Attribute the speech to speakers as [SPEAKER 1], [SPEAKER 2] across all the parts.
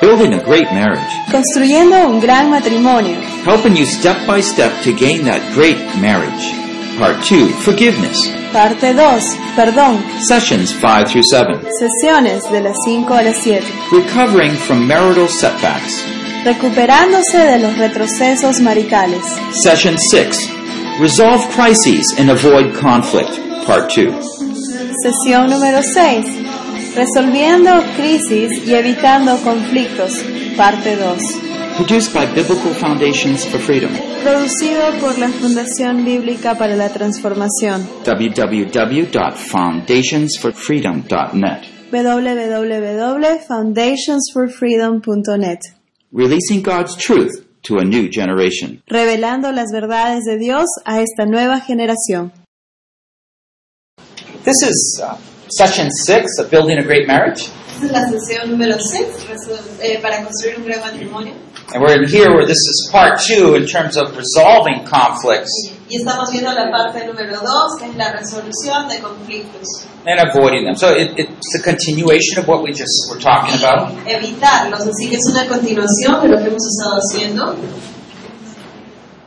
[SPEAKER 1] Building a great marriage.
[SPEAKER 2] Construyendo un gran matrimonio.
[SPEAKER 1] Helping you step by step to gain that great marriage. Part 2. Forgiveness.
[SPEAKER 2] Parte 2. Perdón.
[SPEAKER 1] Sessions 5 through 7.
[SPEAKER 2] Sesiones de las 5 a las 7.
[SPEAKER 1] Recovering from marital setbacks.
[SPEAKER 2] Recuperándose de los retrocesos maritales.
[SPEAKER 1] Session 6. Resolve crises and avoid conflict. Part 2.
[SPEAKER 2] Sesión número 6. Resolviendo crisis y evitando conflictos. Parte 2.
[SPEAKER 1] Produced by Biblical Foundations for Freedom.
[SPEAKER 2] Producido por la Fundación Bíblica para la Transformación.
[SPEAKER 1] www.foundationsforfreedom.net.
[SPEAKER 2] www.foundationsforfreedom.net.
[SPEAKER 1] Releasing God's truth to a new generation.
[SPEAKER 2] Revelando las verdades de Dios a esta nueva generación.
[SPEAKER 1] This is uh, session 6 of Building a Great Marriage.
[SPEAKER 2] Esta es la sesión número 6 para construir un gran matrimonio.
[SPEAKER 1] And we're in here where this is part 2 in terms of resolving conflicts
[SPEAKER 2] Y estamos viendo la parte número 2, que es la resolución de conflictos.
[SPEAKER 1] and avoiding them. So it, it's a continuation of what we just were talking about.
[SPEAKER 2] Evitarlos, así que es una continuación de lo que hemos estado haciendo.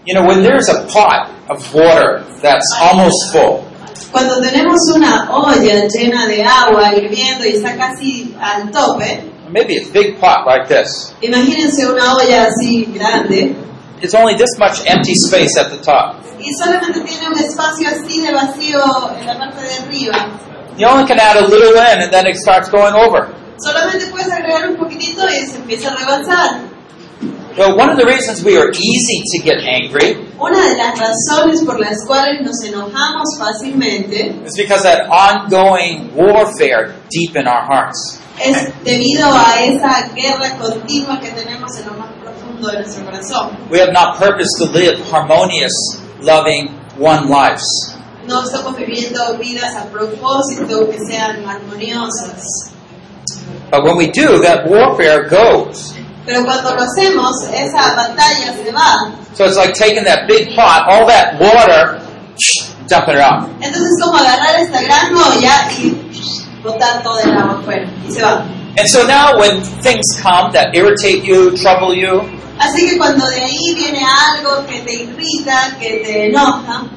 [SPEAKER 1] You know, when there's a pot of water that's almost full,
[SPEAKER 2] Cuando tenemos una olla llena de agua hirviendo y está casi al tope,
[SPEAKER 1] maybe a big pot like this,
[SPEAKER 2] imagínense una olla así grande
[SPEAKER 1] it's only this much empty space at the top.
[SPEAKER 2] y solamente tiene un espacio así de vacío en la parte de arriba.
[SPEAKER 1] You only can add a little in and then it starts going over.
[SPEAKER 2] Solamente puedes agregar un poquitito y se empieza a rebasar.
[SPEAKER 1] Well, one of the reasons we are easy to get angry
[SPEAKER 2] Una de las razones por las cuales nos enojamos fácilmente
[SPEAKER 1] is because that ongoing warfare deep in our hearts.
[SPEAKER 2] es debido a esa guerra continua que tenemos en lo más profundo de nuestro corazón.
[SPEAKER 1] We have not purpose to live harmonious, loving, one lives.
[SPEAKER 2] No estamos viviendo vidas a propósito que sean armoniosas.
[SPEAKER 1] But when we do, that warfare goes.
[SPEAKER 2] Pero cuando lo hacemos, esa batalla se va.
[SPEAKER 1] So it's like taking that big pot, all that water, dumping it out.
[SPEAKER 2] Entonces es como agarrar esta gran olla y botar todo el agua afuera y se va.
[SPEAKER 1] And so now when things come that irritate you, trouble you,
[SPEAKER 2] Así que cuando de ahí viene algo que te irrita, que te enoja,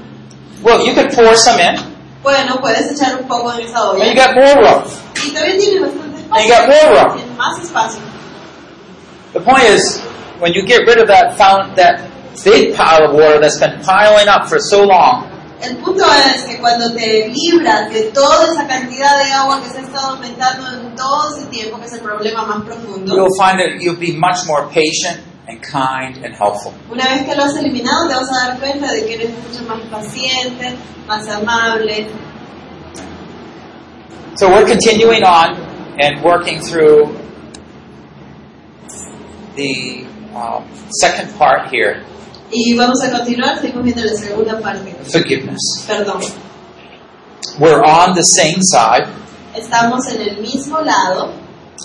[SPEAKER 1] well, you could pour some in,
[SPEAKER 2] bueno, puedes echar un poco en esa
[SPEAKER 1] and you
[SPEAKER 2] olla.
[SPEAKER 1] got more room.
[SPEAKER 2] Y también tiene bastante espacio.
[SPEAKER 1] Y ya borra.
[SPEAKER 2] Tiene más espacio.
[SPEAKER 1] The point is, when you get rid of that found that big pile of water that's been piling up for so long,
[SPEAKER 2] El punto es que cuando te libras de toda esa cantidad de agua que se ha estado aumentando en todo ese tiempo, que es el problema más profundo,
[SPEAKER 1] you'll find that you'll be much more patient and kind and helpful.
[SPEAKER 2] una vez que lo has eliminado te vas a dar cuenta de que eres mucho más paciente, más amable.
[SPEAKER 1] So we're continuing on and working through the um, second part here,
[SPEAKER 2] Y vamos a continuar, seguimos viendo la segunda parte.
[SPEAKER 1] forgiveness.
[SPEAKER 2] Perdón.
[SPEAKER 1] We're on the same side.
[SPEAKER 2] Estamos en el mismo lado,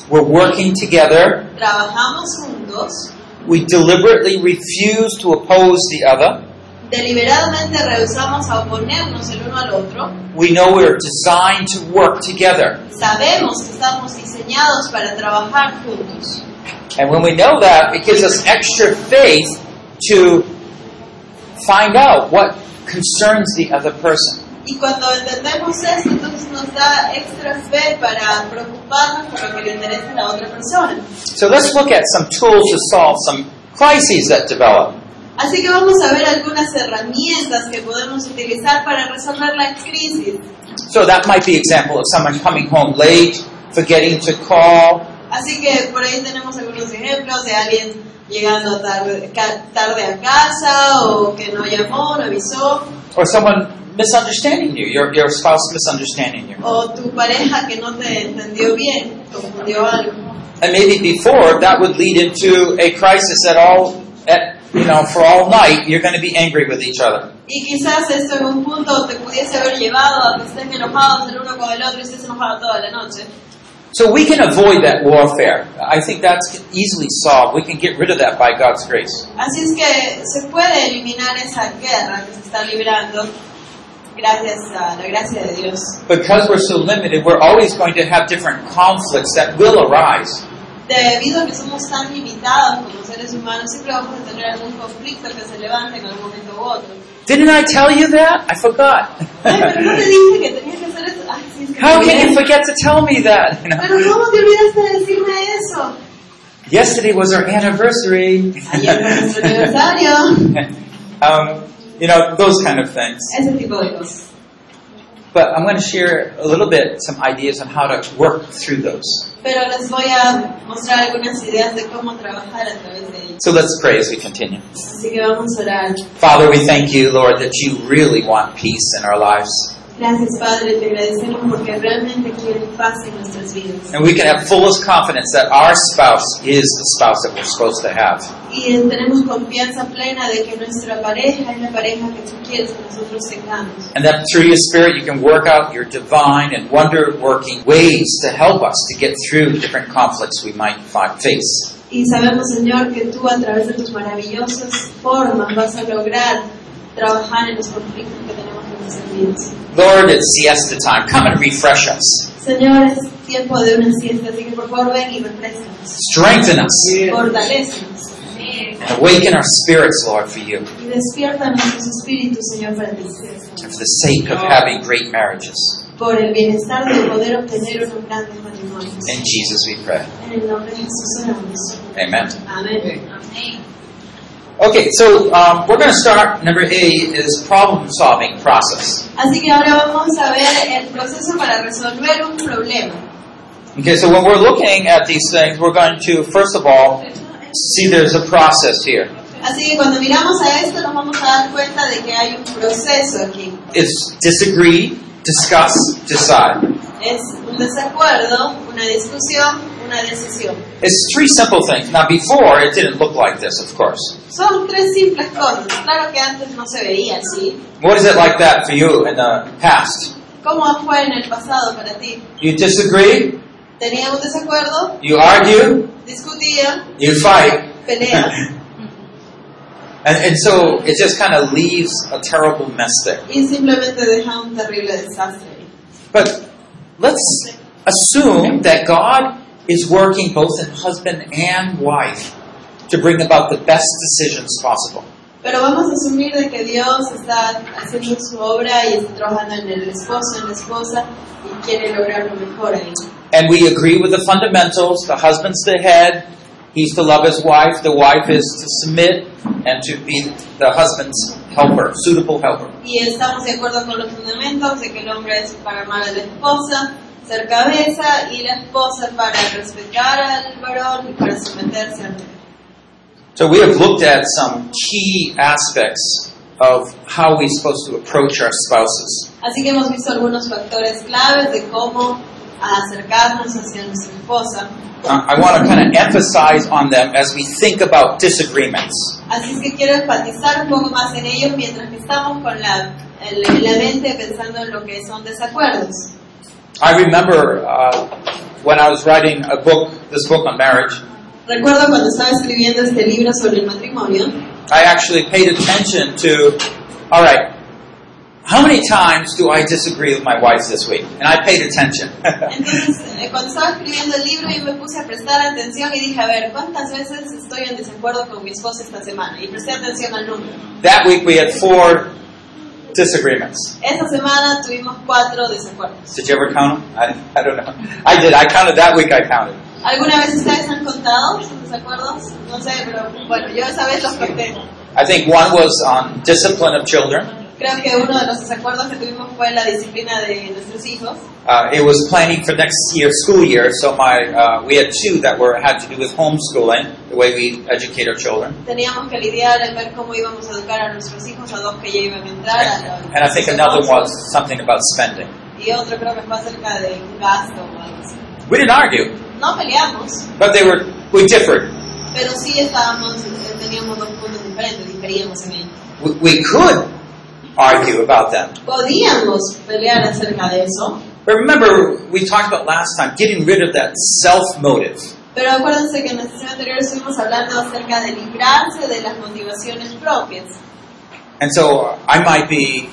[SPEAKER 1] We're working together.
[SPEAKER 2] trabajamos juntos,
[SPEAKER 1] We deliberately refuse to oppose the other.
[SPEAKER 2] deliberadamente rehusamos a oponernos el uno al otro,
[SPEAKER 1] We know we're designed to work together.
[SPEAKER 2] sabemos que estamos diseñados para trabajar juntos.
[SPEAKER 1] And when we know that, it gives us extra faith to find out what concerns the other person.
[SPEAKER 2] Y cuando entendemos esto, entonces nos da extra fe para preocuparnos por lo que le interesa a la otra persona.
[SPEAKER 1] So let's look at some tools to solve some crises that develop.
[SPEAKER 2] Así que vamos a ver algunas herramientas que podemos utilizar para resolver la crisis.
[SPEAKER 1] So that might be example of someone coming home late, forgetting to call,
[SPEAKER 2] Así que por ahí tenemos algunos ejemplos de alguien llegando tarde, ca- tarde a casa o que no llamó, no avisó,
[SPEAKER 1] or someone misunderstanding you, your, your spouse misunderstanding you.
[SPEAKER 2] o tu pareja que no te entendió bien, confundió algo.
[SPEAKER 1] And maybe before that would lead into a crisis that all at you know for all night you're going to be angry with each other.
[SPEAKER 2] Y quizás esto en un punto te pudiese haber llevado a que estén enojados el uno con el otro y estés enojado toda la noche.
[SPEAKER 1] So we can avoid that warfare. I think that's easily solved. We can get rid of that by God's grace.
[SPEAKER 2] Así es que se puede eliminar esa guerra que se está librando gracias a la gracia de Dios.
[SPEAKER 1] Because we're so limited, we're always going to have different conflicts that will arise.
[SPEAKER 2] debido a que somos tan limitados como seres humanos, siempre vamos a tener algún conflicto que se levante en algún momento u otro.
[SPEAKER 1] Didn't I tell you that? I forgot.
[SPEAKER 2] Ay, pero no te dije que tenías que hacer esto. Ay, sí, sí,
[SPEAKER 1] How
[SPEAKER 2] sí.
[SPEAKER 1] can you forget to tell me that? You know?
[SPEAKER 2] Pero ¿cómo te olvidaste de decirme eso?
[SPEAKER 1] Yesterday was our anniversary.
[SPEAKER 2] Ayer fue nuestro pues, aniversario.
[SPEAKER 1] um, you know, those kind of things.
[SPEAKER 2] Ese tipo de cosas.
[SPEAKER 1] But I'm going to share a little bit some ideas on how to work through those.
[SPEAKER 2] Pero les voy a mostrar algunas ideas de cómo trabajar a través de ellos.
[SPEAKER 1] So let's pray as we continue.
[SPEAKER 2] Así que vamos a orar.
[SPEAKER 1] Father, we thank you, Lord, that you really want peace in our lives.
[SPEAKER 2] Gracias, Padre, te agradecemos porque realmente quieren paz en nuestras vidas.
[SPEAKER 1] And we can have fullest confidence that our spouse is the spouse that we're supposed to have.
[SPEAKER 2] Y tenemos confianza plena de que nuestra pareja es la pareja que tú quieres que nosotros tengamos.
[SPEAKER 1] And that through your Spirit, you can work out your divine and wonder working ways to help us to get through different conflicts we might fi- face.
[SPEAKER 2] Y sabemos, Señor, que tú a través de tus maravillosas formas vas a lograr trabajar en los conflictos que tenemos en nuestras vidas.
[SPEAKER 1] Lord, it's siesta time. Come and refresh us,
[SPEAKER 2] Señor, es tiempo de una siesta, así que por favor ven y refrescanos.
[SPEAKER 1] strengthen us,
[SPEAKER 2] Fortalecenos.
[SPEAKER 1] and awaken our spirits, Lord, for you,
[SPEAKER 2] Y despierta nuestros espíritus, Señor, para ti.
[SPEAKER 1] and for the sake of having great marriages.
[SPEAKER 2] Por el bienestar de poder obtener unos grandes matrimonios.
[SPEAKER 1] In Jesus we pray.
[SPEAKER 2] En el nombre de Jesús oramos.
[SPEAKER 1] Amen.
[SPEAKER 2] Amén. Amén.
[SPEAKER 1] Okay, so um, we're going to start. Number eight is problem solving process.
[SPEAKER 2] Así que ahora vamos a ver el proceso para resolver un problema.
[SPEAKER 1] Okay, so when we're looking at these things, we're going to first of all see there's a process here.
[SPEAKER 2] Así que cuando miramos a esto nos vamos a dar cuenta de que hay un proceso aquí.
[SPEAKER 1] It's disagree, discuss, decide.
[SPEAKER 2] Es un desacuerdo, una discusión, una decisión.
[SPEAKER 1] It's three simple things. Now, before it didn't look like this, of course.
[SPEAKER 2] Son tres simples cosas. Claro que antes no se veía así.
[SPEAKER 1] What is it like that for you in the past?
[SPEAKER 2] ¿Cómo fue en el pasado para ti?
[SPEAKER 1] You disagree,
[SPEAKER 2] Tenían un desacuerdo,
[SPEAKER 1] you argue,
[SPEAKER 2] discutían,
[SPEAKER 1] you fight,
[SPEAKER 2] peleas.
[SPEAKER 1] and, and so it just kind of leaves a terrible mess there.
[SPEAKER 2] y simplemente deja un terrible desastre.
[SPEAKER 1] But let's assume that God is working both in husband and wife to bring about the best decisions possible.
[SPEAKER 2] Pero vamos a asumir de que Dios está haciendo su obra y está trabajando en el esposo, en la esposa y quiere lograr lo mejor ahí.
[SPEAKER 1] And we agree with the fundamentals the husband's the head, he's to love his wife, the wife is to submit and to be the husband's helper, suitable helper.
[SPEAKER 2] Y estamos de acuerdo con los fundamentos de que el hombre es para amar a la esposa, ser cabeza y la esposa para respetar al varón y para someterse a él.
[SPEAKER 1] So we have looked at some key aspects of how we're supposed to approach our spouses.
[SPEAKER 2] Así que hemos visto algunos factores claves de cómo acercarnos hacia nuestra esposa.
[SPEAKER 1] I I want to kind of emphasize on them as we think about disagreements.
[SPEAKER 2] Así es que quiero enfatizar un poco más en ellos mientras que estamos con la, el- la mente pensando en lo que son desacuerdos.
[SPEAKER 1] I remember uh, when I was writing a book, this book on marriage,
[SPEAKER 2] Recuerdo cuando estaba escribiendo este libro sobre el matrimonio,
[SPEAKER 1] I actually paid attention to, all right, how many times do I disagree with my wife this week? And I paid attention.
[SPEAKER 2] entonces eh, cuando estaba escribiendo el libro yo me puse a prestar atención y dije, a ver, ¿cuántas veces estoy en desacuerdo con mi esposa esta semana? Y presté atención al número.
[SPEAKER 1] that week we had four disagreements.
[SPEAKER 2] Esta semana tuvimos cuatro desacuerdos.
[SPEAKER 1] Did you ever count them? I, I don't know. I did. I counted that week. I counted.
[SPEAKER 2] ¿Alguna vez ustedes han contado sus desacuerdos? No sé, pero bueno, yo esa vez los conté.
[SPEAKER 1] I think one was on discipline of children.
[SPEAKER 2] Creo que uno de los desacuerdos que tuvimos fue la disciplina de nuestros hijos.
[SPEAKER 1] Uh, it was planning for next year school year. So my uh, we had two that were had to do with homeschooling, the way we educate our children.
[SPEAKER 2] Teníamos que lidiar en ver cómo íbamos a educar a nuestros hijos, a dos que ya iban a entrar. A los-
[SPEAKER 1] And I think another was something about spending.
[SPEAKER 2] Y otro creo que fue acerca de un gasto o algo así.
[SPEAKER 1] We didn't argue,
[SPEAKER 2] No peleamos,
[SPEAKER 1] but they were we differed.
[SPEAKER 2] pero sí estábamos, eh, teníamos dos puntos diferentes, diferíamos en ello.
[SPEAKER 1] We, we could argue about them.
[SPEAKER 2] Podíamos pelear acerca de eso,
[SPEAKER 1] But remember, we talked about last time getting rid of that self motive.
[SPEAKER 2] pero acuérdense que en la sesión anterior estuvimos hablando acerca de librarse de las motivaciones propias.
[SPEAKER 1] And so uh, I might be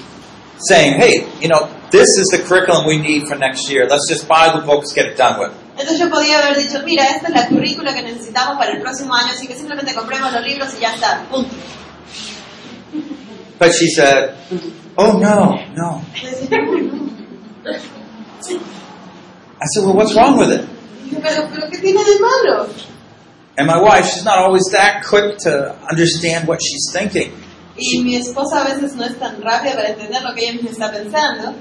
[SPEAKER 1] saying, hey, you know, this is the curriculum we need for next year. Let's just buy the books, get it done with.
[SPEAKER 2] Entonces yo podía haber dicho, mira, esta es la currícula que necesitamos para el próximo año, así que simplemente compremos los libros y ya está, punto.
[SPEAKER 1] But she said, Oh, no, no.
[SPEAKER 2] Entonces, "No, no".
[SPEAKER 1] I said, Well, what's wrong with it?
[SPEAKER 2] Dije, pero, pero ¿qué tiene de malo?
[SPEAKER 1] And my wife, she's not always that quick to understand what she's thinking.
[SPEAKER 2] Y mi esposa a veces no es tan rápida para entender lo que ella misma está pensando.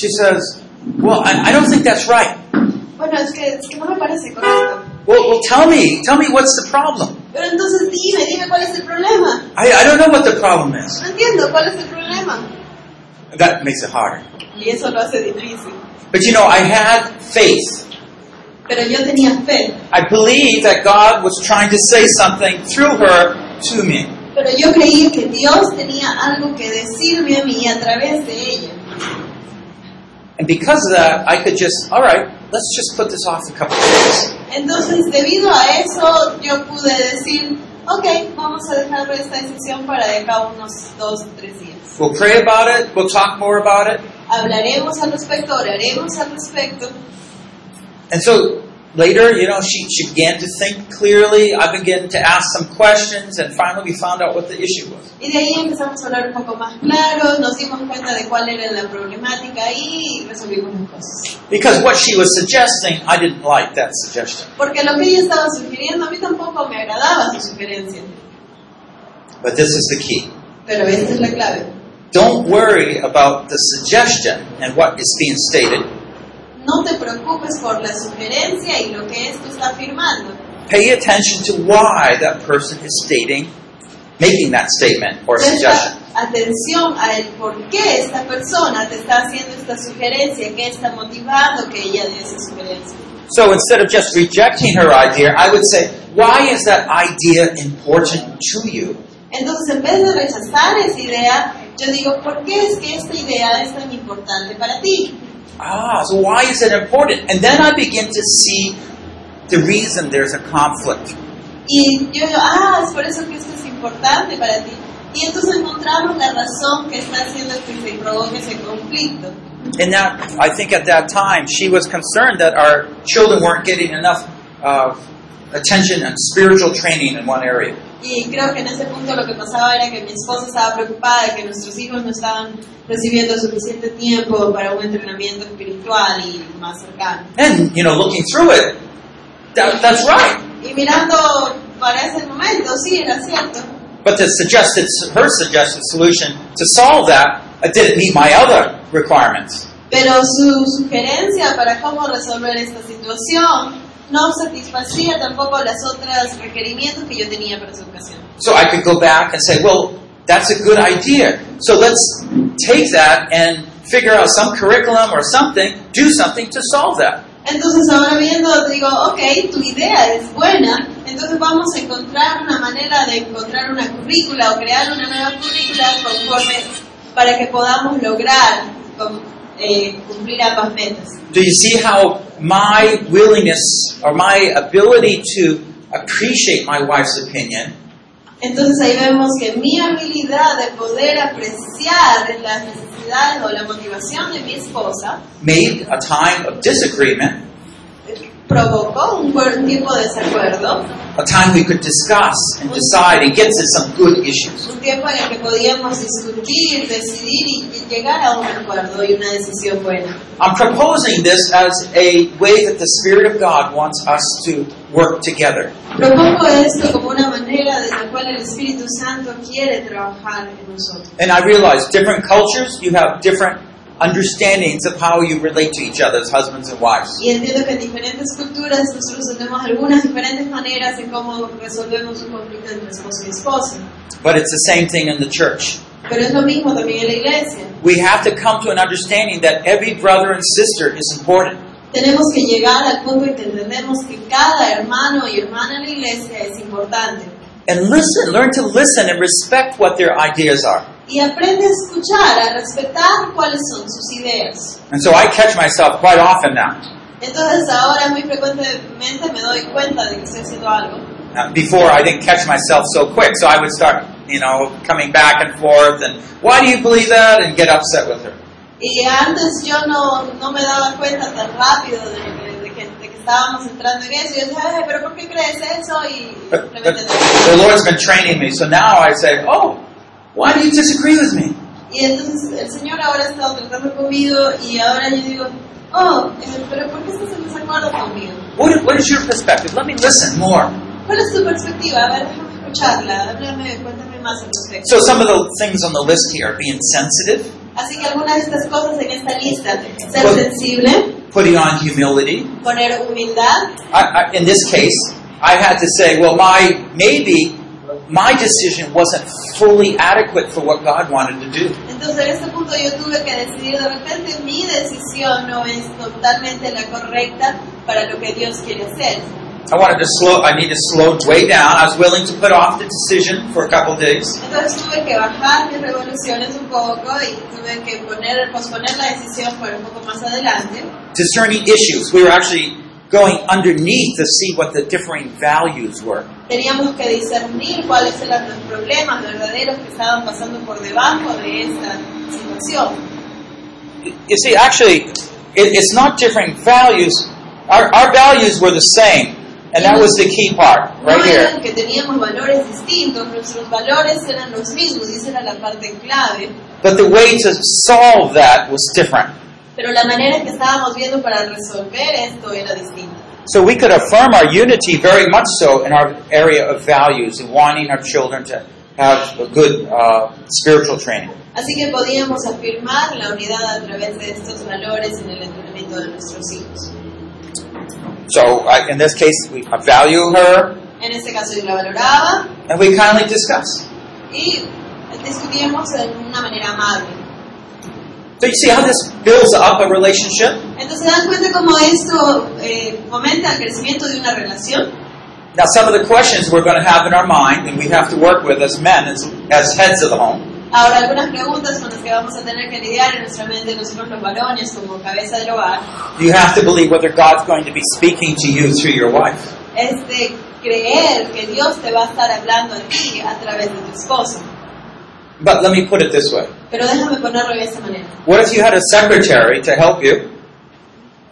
[SPEAKER 1] She says, Well, I, I don't think that's right.
[SPEAKER 2] Bueno, es que, es que no me parece correcto.
[SPEAKER 1] Well, well, tell me, tell me what's the problem.
[SPEAKER 2] Pero entonces dime, dime cuál es el problema.
[SPEAKER 1] I, I don't know what the problem is.
[SPEAKER 2] No entiendo cuál es el problema.
[SPEAKER 1] That makes it harder.
[SPEAKER 2] Y eso lo hace difícil.
[SPEAKER 1] But you know, I had faith.
[SPEAKER 2] Pero yo tenía fe.
[SPEAKER 1] I believed that God was trying to say something through her to me.
[SPEAKER 2] Pero yo creí que Dios tenía algo que decirme a mí a través de ella.
[SPEAKER 1] And because of that, I could just, all right, let's just put this off a couple of days.
[SPEAKER 2] Entonces, debido a eso, yo pude decir, ok, vamos a dejar esta decisión para de acá unos dos, tres días.
[SPEAKER 1] We'll pray about it, we'll talk more about it.
[SPEAKER 2] Hablaremos al respecto, oraremos al respecto.
[SPEAKER 1] And so later, you know, she, she began to think clearly. I began to ask some questions, and finally we found out what the issue was.
[SPEAKER 2] Y de ahí empezamos a hablar un poco más claro, nos dimos cuenta de cuál era la problemática y resolvimos las cosas.
[SPEAKER 1] Because what she was suggesting, I didn't like that suggestion.
[SPEAKER 2] Porque lo que ella estaba sugiriendo a mí tampoco me agradaba su sugerencia.
[SPEAKER 1] But this is the key.
[SPEAKER 2] Pero esta es la clave.
[SPEAKER 1] Don't worry about the suggestion and what is being stated.
[SPEAKER 2] No te preocupes por la sugerencia y lo que esto está afirmando.
[SPEAKER 1] Pay attention to why that person is stating, making that statement or
[SPEAKER 2] Presta
[SPEAKER 1] suggestion.
[SPEAKER 2] atención a el por qué esta persona te está haciendo esta sugerencia, qué está motivando que ella dé esa sugerencia.
[SPEAKER 1] So instead of just rejecting her idea, I would say, why is that idea important to you?
[SPEAKER 2] Entonces, en vez de rechazar esa idea, yo digo, ¿por qué es que esta idea es tan importante para ti?
[SPEAKER 1] Ah, so why is it important? And then I begin to see the reason there's a conflict.
[SPEAKER 2] Y yo digo, ah, es por eso que esto es importante para ti. Y entonces encontramos la razón que está haciendo que se provoque ese conflicto.
[SPEAKER 1] And now, I think at that time, she was concerned that our children weren't getting enough uh, attention and spiritual training in one area.
[SPEAKER 2] Y creo que en ese punto lo que pasaba era que mi esposa estaba preocupada de que nuestros hijos no estaban recibiendo suficiente tiempo para un entrenamiento espiritual y más cercano.
[SPEAKER 1] And, you know, looking through it, that, that's right.
[SPEAKER 2] Y mirando para ese momento, sí, era cierto.
[SPEAKER 1] But the suggested, her suggested solution to solve that uh, didn't meet my other requirements.
[SPEAKER 2] Pero su sugerencia para cómo resolver esta situación no satisfacía tampoco las otras requerimientos que yo tenía para su ocasión.
[SPEAKER 1] So I could go back and say, well, that's a good idea. So let's take that and figure out some curriculum or something, do something to solve that.
[SPEAKER 2] Entonces ahora viendo, digo, ok, tu idea es buena, entonces vamos a encontrar una manera de encontrar una currícula o crear una nueva currícula conforme para que podamos lograr con- eh, cumplir ambas metas.
[SPEAKER 1] Do you see how my willingness or my ability to appreciate my wife's opinion
[SPEAKER 2] Entonces ahí vemos que mi habilidad de poder apreciar las necesidades o la motivación de mi esposa
[SPEAKER 1] made a time of disagreement,
[SPEAKER 2] eh, provocó un buen tipo de desacuerdo,
[SPEAKER 1] a time we could discuss and decide and get to some good issues?
[SPEAKER 2] un tiempo en el que podíamos discutir, decidir y y llegar a un acuerdo y una decisión buena.
[SPEAKER 1] I'm proposing this as a way that the Spirit of God wants us to work together.
[SPEAKER 2] Propongo esto como una manera de la cual el Espíritu Santo quiere trabajar en nosotros.
[SPEAKER 1] And I realize different cultures, you have different understandings of how you relate to each other as husbands and wives.
[SPEAKER 2] Y entiendo que en diferentes culturas nosotros tenemos algunas diferentes maneras de cómo resolvemos un conflicto entre esposo y esposa.
[SPEAKER 1] But it's the same thing in the church.
[SPEAKER 2] Pero es lo mismo también en la iglesia.
[SPEAKER 1] We have to come to an understanding that every brother and sister is important.
[SPEAKER 2] Tenemos que llegar al punto en que entendemos que cada hermano y hermana en la iglesia es importante.
[SPEAKER 1] And listen, learn to listen and respect what their ideas are.
[SPEAKER 2] Y aprende a escuchar, a respetar cuáles son sus ideas.
[SPEAKER 1] And so I catch myself quite often now.
[SPEAKER 2] Entonces ahora muy frecuentemente me doy cuenta de que estoy haciendo algo.
[SPEAKER 1] Uh, Before I didn't catch myself so quick, so I would start, you know, coming back and forth and why do you believe that and get upset with her.
[SPEAKER 2] Y antes yo no, no me daba cuenta tan rápido de, de- de que, de que estábamos entrando en eso y yo decía, "Ay, pero ¿por qué crees eso? Y
[SPEAKER 1] But, but
[SPEAKER 2] simplemente
[SPEAKER 1] the
[SPEAKER 2] no.
[SPEAKER 1] Lord's been training me, so now I say, oh, why do you disagree with me?
[SPEAKER 2] Y entonces el Señor ahora ha estado tratando conmigo y ahora yo digo, oh, eh, pero ¿por qué estás en desacuerdo conmigo?
[SPEAKER 1] What, what is your perspective? Let me listen more.
[SPEAKER 2] ¿Cuál es tu perspectiva? A ver, déjame escucharla, háblame, cuéntame más al respecto.
[SPEAKER 1] So some of the things on the list here are being sensitive,
[SPEAKER 2] Así que algunas de estas cosas en esta lista, ser
[SPEAKER 1] Bueno.
[SPEAKER 2] sensible,
[SPEAKER 1] putting on humility.
[SPEAKER 2] poner humildad.
[SPEAKER 1] I, I, in this case, I had to say, well, my maybe my decision wasn't fully adequate for what God wanted to do.
[SPEAKER 2] Entonces en este punto yo tuve que decidir, de repente mi decisión no es totalmente la correcta para lo que Dios quiere hacer.
[SPEAKER 1] I wanted to slow. I needed to slow way down. I was willing to put off the decision for a couple days.
[SPEAKER 2] Entonces tuve que bajar mis revoluciones un poco y tuve que poner, posponer la decisión por un poco más adelante.
[SPEAKER 1] Discerning issues. We were actually going underneath to see what the differing values were.
[SPEAKER 2] Teníamos que discernir cuáles eran los problemas verdaderos que estaban pasando por debajo de esta situación.
[SPEAKER 1] You see, actually, it, it's not differing values. Our, our values were the same, and that was the key part right
[SPEAKER 2] no
[SPEAKER 1] here.
[SPEAKER 2] eran que teníamos valores distintos, nuestros valores eran los mismos y esa era la parte clave.
[SPEAKER 1] But the way to solve that was different.
[SPEAKER 2] Pero la manera en que estábamos viendo para resolver esto era distinta.
[SPEAKER 1] So we could affirm our unity very much so in our area of values and wanting our children to have a good uh, spiritual training.
[SPEAKER 2] Así que podíamos afirmar la unidad a través de estos valores en el entrenamiento de nuestros hijos.
[SPEAKER 1] So I, in this case, we, I value her,
[SPEAKER 2] En este caso yo la valoraba
[SPEAKER 1] and we kindly discuss.
[SPEAKER 2] y discutíamos de una manera amable.
[SPEAKER 1] So you see how this builds up a relationship.
[SPEAKER 2] Entonces se dan cuenta cómo esto eh, fomenta el crecimiento de una relación.
[SPEAKER 1] Now, some of the questions we're going to have in our mind, and we have to work with as men, as, as heads of the home.
[SPEAKER 2] Ahora algunas preguntas con las que vamos a tener que lidiar en nuestra mente nosotros los varones como cabeza del hogar
[SPEAKER 1] You have to believe whether God's going to be speaking to you through your wife.
[SPEAKER 2] es de creer que Dios te va a estar hablando a ti a través de tu esposo.
[SPEAKER 1] But let me put it this way.
[SPEAKER 2] Pero déjame ponerlo de esa manera.
[SPEAKER 1] What if you had a secretary to help you?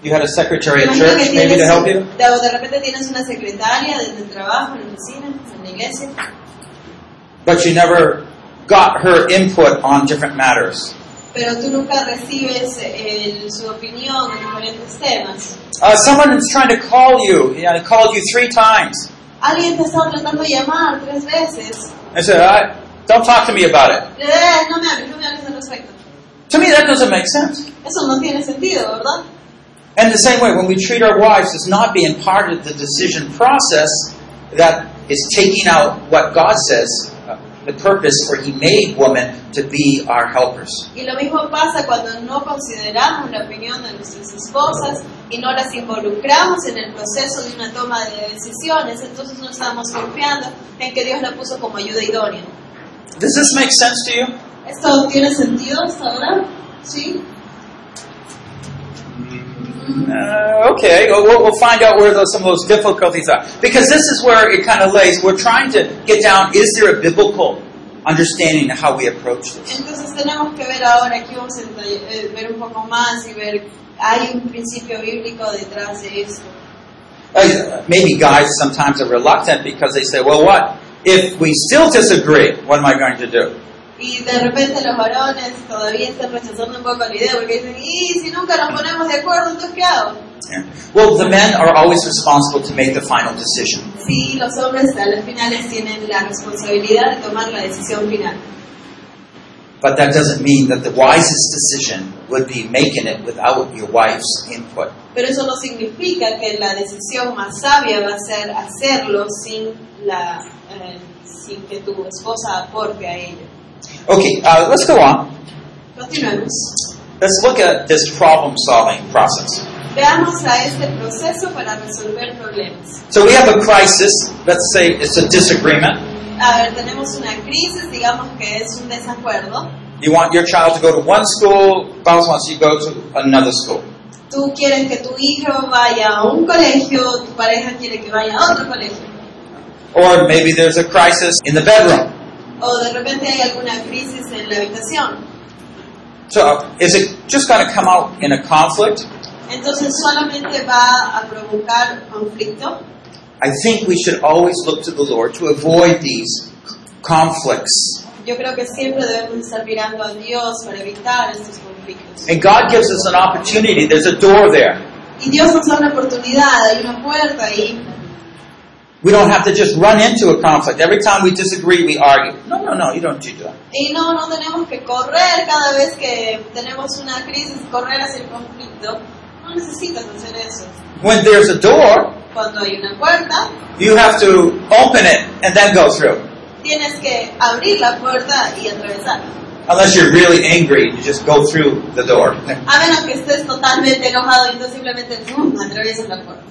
[SPEAKER 1] You had a secretary at
[SPEAKER 2] Imagina
[SPEAKER 1] church
[SPEAKER 2] que
[SPEAKER 1] maybe to
[SPEAKER 2] tienes,
[SPEAKER 1] help you?
[SPEAKER 2] de, o de repente tienes una secretaria desde el trabajo, en la oficina, en la iglesia,
[SPEAKER 1] But you never got her input on different matters.
[SPEAKER 2] pero tú nunca recibes el- su opinión en diferentes temas.
[SPEAKER 1] Uh, someone is trying to call you. Yeah, they called you three times
[SPEAKER 2] Alguien te está tratando de llamar tres veces.
[SPEAKER 1] and said, I, "Don't talk to me about it."
[SPEAKER 2] Eh, no me hables, no me hables al respecto.
[SPEAKER 1] To me, that doesn't make sense.
[SPEAKER 2] Eso no tiene sentido, ¿verdad?
[SPEAKER 1] And the same way, when we treat our wives as not being part of the decision process, that is taking out what God says, uh, the purpose for He made woman to be our helpers.
[SPEAKER 2] Y lo mismo pasa cuando no consideramos la opinión de nuestras esposas y no las involucramos en el proceso de una toma de decisiones. Entonces no estamos confiando en que Dios la puso como ayuda idónea.
[SPEAKER 1] Does this make sense to you?
[SPEAKER 2] ¿Esto tiene sentido hasta ahora? ¿Sí?
[SPEAKER 1] Uh, okay, well, we'll, we'll find out where those, some of those difficulties are. Because this is where it kind of lays. We're trying to get down is there a biblical understanding of how we approach this?
[SPEAKER 2] Entonces tenemos que ver ahora, aquí vamos a entall- eh, ver un poco más y ver, hay un principio bíblico detrás de esto.
[SPEAKER 1] Uh, maybe guys sometimes are reluctant because they say, well, what? If we still disagree, what am I going to do?
[SPEAKER 2] Y de repente los varones todavía están rechazando un poco la idea porque dicen, y si nunca nos ponemos de acuerdo, entonces ¿qué hago?
[SPEAKER 1] Yeah. Well, the men are always responsible to make the final decision.
[SPEAKER 2] Sí, los hombres a las finales tienen la responsabilidad de tomar la decisión final.
[SPEAKER 1] But that doesn't mean that the wisest decision would be making it without your wife's input.
[SPEAKER 2] Pero eso no significa que la decisión más sabia va a ser hacerlo sin, la, eh, sin que tu esposa aporte a ello.
[SPEAKER 1] Okay, uh, let's go on.
[SPEAKER 2] Continuemos.
[SPEAKER 1] Let's look at this problem solving process.
[SPEAKER 2] Veamos a este proceso para resolver problemas.
[SPEAKER 1] So we have a crisis, let's say it's a disagreement.
[SPEAKER 2] A ver, tenemos una crisis, digamos que es un desacuerdo.
[SPEAKER 1] You want your child to go to one school, spouse wants you to go to another school.
[SPEAKER 2] Tú quieres que tu hijo vaya a un colegio, tu pareja quiere que vaya a otro colegio.
[SPEAKER 1] Or maybe there's a crisis in the bedroom.
[SPEAKER 2] O de repente hay alguna crisis en la habitación.
[SPEAKER 1] So is it just going to come out in a conflict?
[SPEAKER 2] entonces solamente va a provocar conflicto.
[SPEAKER 1] I think we should always look to the Lord to avoid these conflicts.
[SPEAKER 2] Yo creo que siempre debemos estar mirando a Dios para evitar estos conflictos.
[SPEAKER 1] And God gives us an opportunity. There's a door there.
[SPEAKER 2] Y Dios nos da una oportunidad, hay una puerta ahí.
[SPEAKER 1] We don't have to just run into a conflict. Every time we disagree, we argue. No, no, no, you don't do that.
[SPEAKER 2] Y no, no tenemos que correr cada vez que tenemos una crisis, correr hacia el conflicto. No necesitas hacer eso.
[SPEAKER 1] When there's a door,
[SPEAKER 2] Cuando hay una puerta,
[SPEAKER 1] you have to open it and then go through.
[SPEAKER 2] tienes que abrir la puerta y atravesarla.
[SPEAKER 1] Unless you're really angry, you just go through the door.
[SPEAKER 2] A menos que estés totalmente enojado y entonces simplemente ¡pum!, atraviesas la puerta.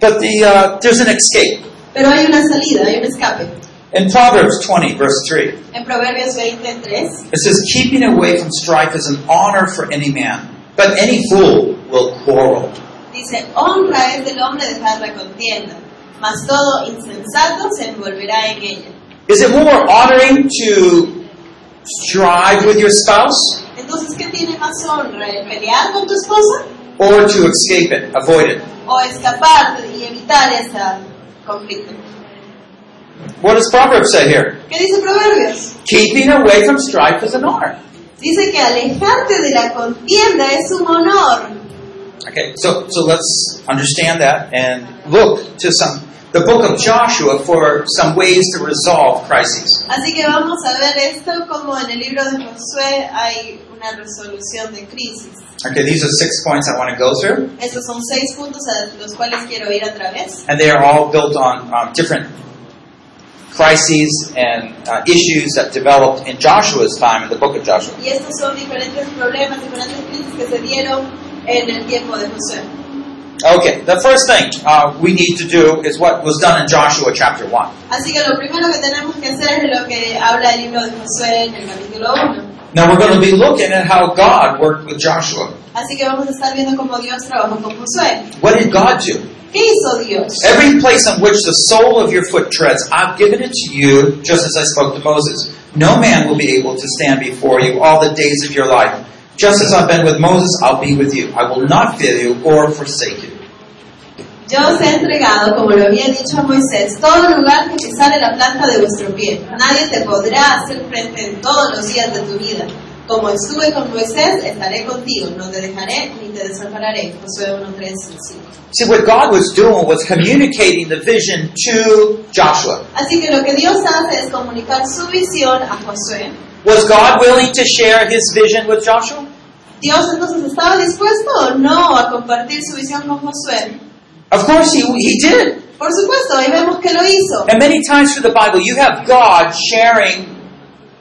[SPEAKER 1] But the, uh, there's an escape.
[SPEAKER 2] Pero hay una salida, hay un escape.
[SPEAKER 1] In Proverbs 20, verse 3, it
[SPEAKER 2] En Proverbios 23
[SPEAKER 1] says, Keeping away from strife is an honor for any man, but any fool will quarrel.
[SPEAKER 2] dice, honra es del hombre dejar la contienda, mas todo insensato se envolverá en ella.
[SPEAKER 1] Is it more honoring to strive with your spouse
[SPEAKER 2] Entonces, ¿qué tiene más honra? ¿El pelear con tu esposa
[SPEAKER 1] or to escape it, avoid it?
[SPEAKER 2] o escapar y evitar ese conflicto?
[SPEAKER 1] What does Proverbs say here?
[SPEAKER 2] ¿Qué dice Proverbios?
[SPEAKER 1] Keeping away from strife is an honor.
[SPEAKER 2] Dice que alejarte de la contienda es un honor.
[SPEAKER 1] Okay, so, so let's understand that and look to some the book of Joshua for some ways to resolve crises.
[SPEAKER 2] Así que vamos a ver esto como en el libro de Josué hay una resolución de crisis.
[SPEAKER 1] Okay, these are six points I want to go through,
[SPEAKER 2] Estos son seis puntos a los cuales quiero ir a través.
[SPEAKER 1] and they are all built on um, different crises and uh, issues that developed in Joshua's time in the book of Joshua.
[SPEAKER 2] Y estos son diferentes problemas, diferentes crisis que se dieron en el tiempo de Josué.
[SPEAKER 1] Okay, the first thing uh, we need to do is what was done in Joshua chapter 1.
[SPEAKER 2] Así que lo primero que tenemos que hacer es lo que habla el libro de Josué en el capítulo 1.
[SPEAKER 1] Now we're going to be looking at how God worked with Joshua.
[SPEAKER 2] Así que vamos a estar viendo cómo Dios trabajó con Josué.
[SPEAKER 1] What did God do?
[SPEAKER 2] ¿Qué hizo Dios?
[SPEAKER 1] Every place on which the sole of your foot treads, I've given it to you, just as I spoke to Moses. No man will be able to stand before you all the days of your life. Just as I've been with Moses, I'll be with you. I will not fail you or forsake you.
[SPEAKER 2] Yo os he entregado, como lo había dicho a Moisés, todo lugar que pisare la planta de vuestro pie. Nadie te podrá hacer frente en todos los días de tu vida. Como estuve con Moisés, estaré contigo. No te dejaré ni te desampararé. Josué 1, 3, 5.
[SPEAKER 1] See, what God was doing was communicating the vision to Joshua.
[SPEAKER 2] Así que lo que Dios hace es comunicar su visión a Josué.
[SPEAKER 1] Was God willing to share his vision with Joshua?
[SPEAKER 2] ¿Dios entonces estaba dispuesto o no a compartir su visión con Josué?
[SPEAKER 1] Of course, he, he did.
[SPEAKER 2] Por supuesto, ahí vemos que lo hizo.
[SPEAKER 1] And many times through the Bible, you have God sharing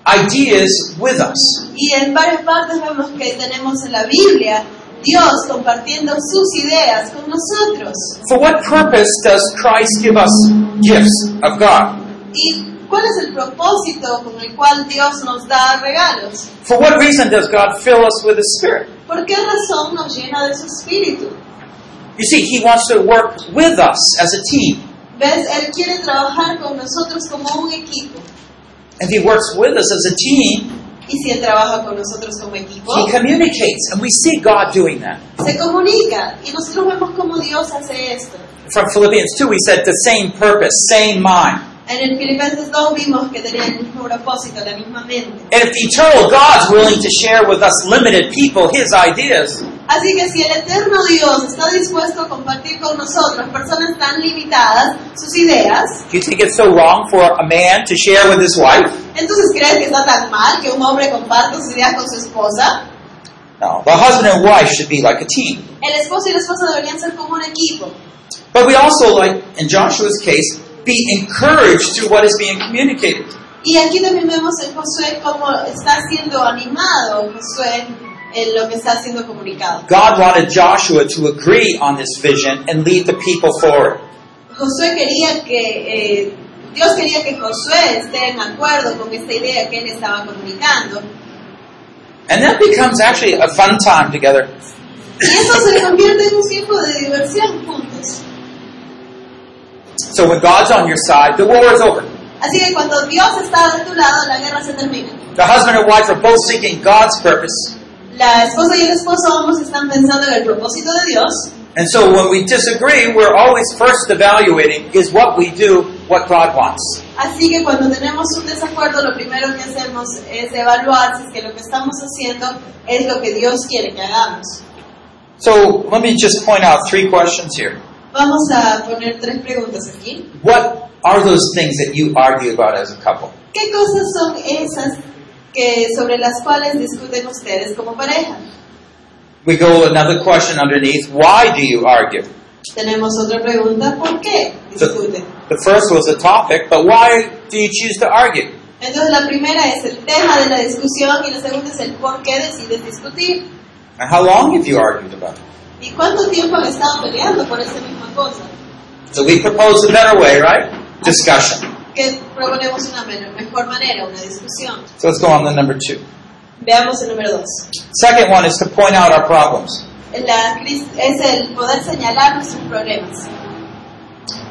[SPEAKER 1] ideas with us.
[SPEAKER 2] Y en varias partes vemos que tenemos en la Biblia Dios compartiendo sus ideas con nosotros.
[SPEAKER 1] For what purpose does Christ give us gifts of God?
[SPEAKER 2] ¿Y cuál es el propósito con el cual Dios nos da regalos?
[SPEAKER 1] For what reason does God fill us with His Spirit?
[SPEAKER 2] ¿Por qué razón nos llena de su espíritu?
[SPEAKER 1] You see, He wants to work with us as a team.
[SPEAKER 2] ¿Ves? Él quiere trabajar con nosotros como un equipo.
[SPEAKER 1] If He works with us as a team,
[SPEAKER 2] Y si Él trabaja con nosotros como equipo,
[SPEAKER 1] He communicates, and we see God doing that.
[SPEAKER 2] se comunica. Y nosotros vemos cómo Dios hace esto.
[SPEAKER 1] From Philippians 2, we said the same purpose, same mind.
[SPEAKER 2] En el Filipenses 2 vimos que tenía el mismo propósito, la misma mente.
[SPEAKER 1] And if the eternal God's willing to share with us limited people His ideas,
[SPEAKER 2] Así que si el eterno Dios está dispuesto a compartir con nosotros, personas tan limitadas, sus ideas,
[SPEAKER 1] do you think it's so wrong for a man to share with his wife?
[SPEAKER 2] entonces crees que está tan mal que un hombre comparta sus ideas con su esposa.
[SPEAKER 1] No. The husband and wife should be like a team.
[SPEAKER 2] El esposo y la esposa deberían ser como un equipo.
[SPEAKER 1] But we also, like in Joshua's case, be encouraged through what is being communicated.
[SPEAKER 2] Y aquí también vemos en Josué cómo está siendo animado Josué en lo que está siendo comunicado.
[SPEAKER 1] God wanted Joshua to agree on this vision and lead the people forward.
[SPEAKER 2] Josué quería que, eh, Dios quería que Josué esté en acuerdo con esta idea que él estaba comunicando.
[SPEAKER 1] And that becomes actually a fun time together.
[SPEAKER 2] Y eso se convierte en un tiempo de diversión juntos.
[SPEAKER 1] So when God's on your side, the war is over.
[SPEAKER 2] Así que cuando Dios está de tu lado, la guerra se termina.
[SPEAKER 1] The husband and wife are both seeking God's purpose,
[SPEAKER 2] la esposa y el esposo ambos están pensando en el propósito de Dios.
[SPEAKER 1] And so when we disagree, we're always first evaluating is what we do what God wants.
[SPEAKER 2] Así que cuando tenemos un desacuerdo, lo primero que hacemos es evaluar si es que lo que estamos haciendo es lo que Dios quiere que hagamos.
[SPEAKER 1] So let me just point out three questions here.
[SPEAKER 2] Vamos a poner tres preguntas aquí.
[SPEAKER 1] What are those things that you argue about as a couple?
[SPEAKER 2] ¿Qué cosas son esas que sobre las cuales discuten ustedes como pareja?
[SPEAKER 1] We go another question underneath why do you argue?
[SPEAKER 2] Tenemos otra pregunta, ¿por qué discuten?
[SPEAKER 1] The first was a topic, but why do you choose to argue?
[SPEAKER 2] Entonces la primera es el tema de la discusión y la segunda es el por qué decides discutir.
[SPEAKER 1] And how long have you argued about it?
[SPEAKER 2] ¿Y cuánto tiempo han estado peleando por esa misma cosa?
[SPEAKER 1] So we propose a better way, right? Discussion.
[SPEAKER 2] Que proponemos una me- mejor manera, una discusión.
[SPEAKER 1] So let's go on to number two.
[SPEAKER 2] Veamos el número dos.
[SPEAKER 1] Second one is to point out our problems.
[SPEAKER 2] La cris- es el poder señalar nuestros problemas.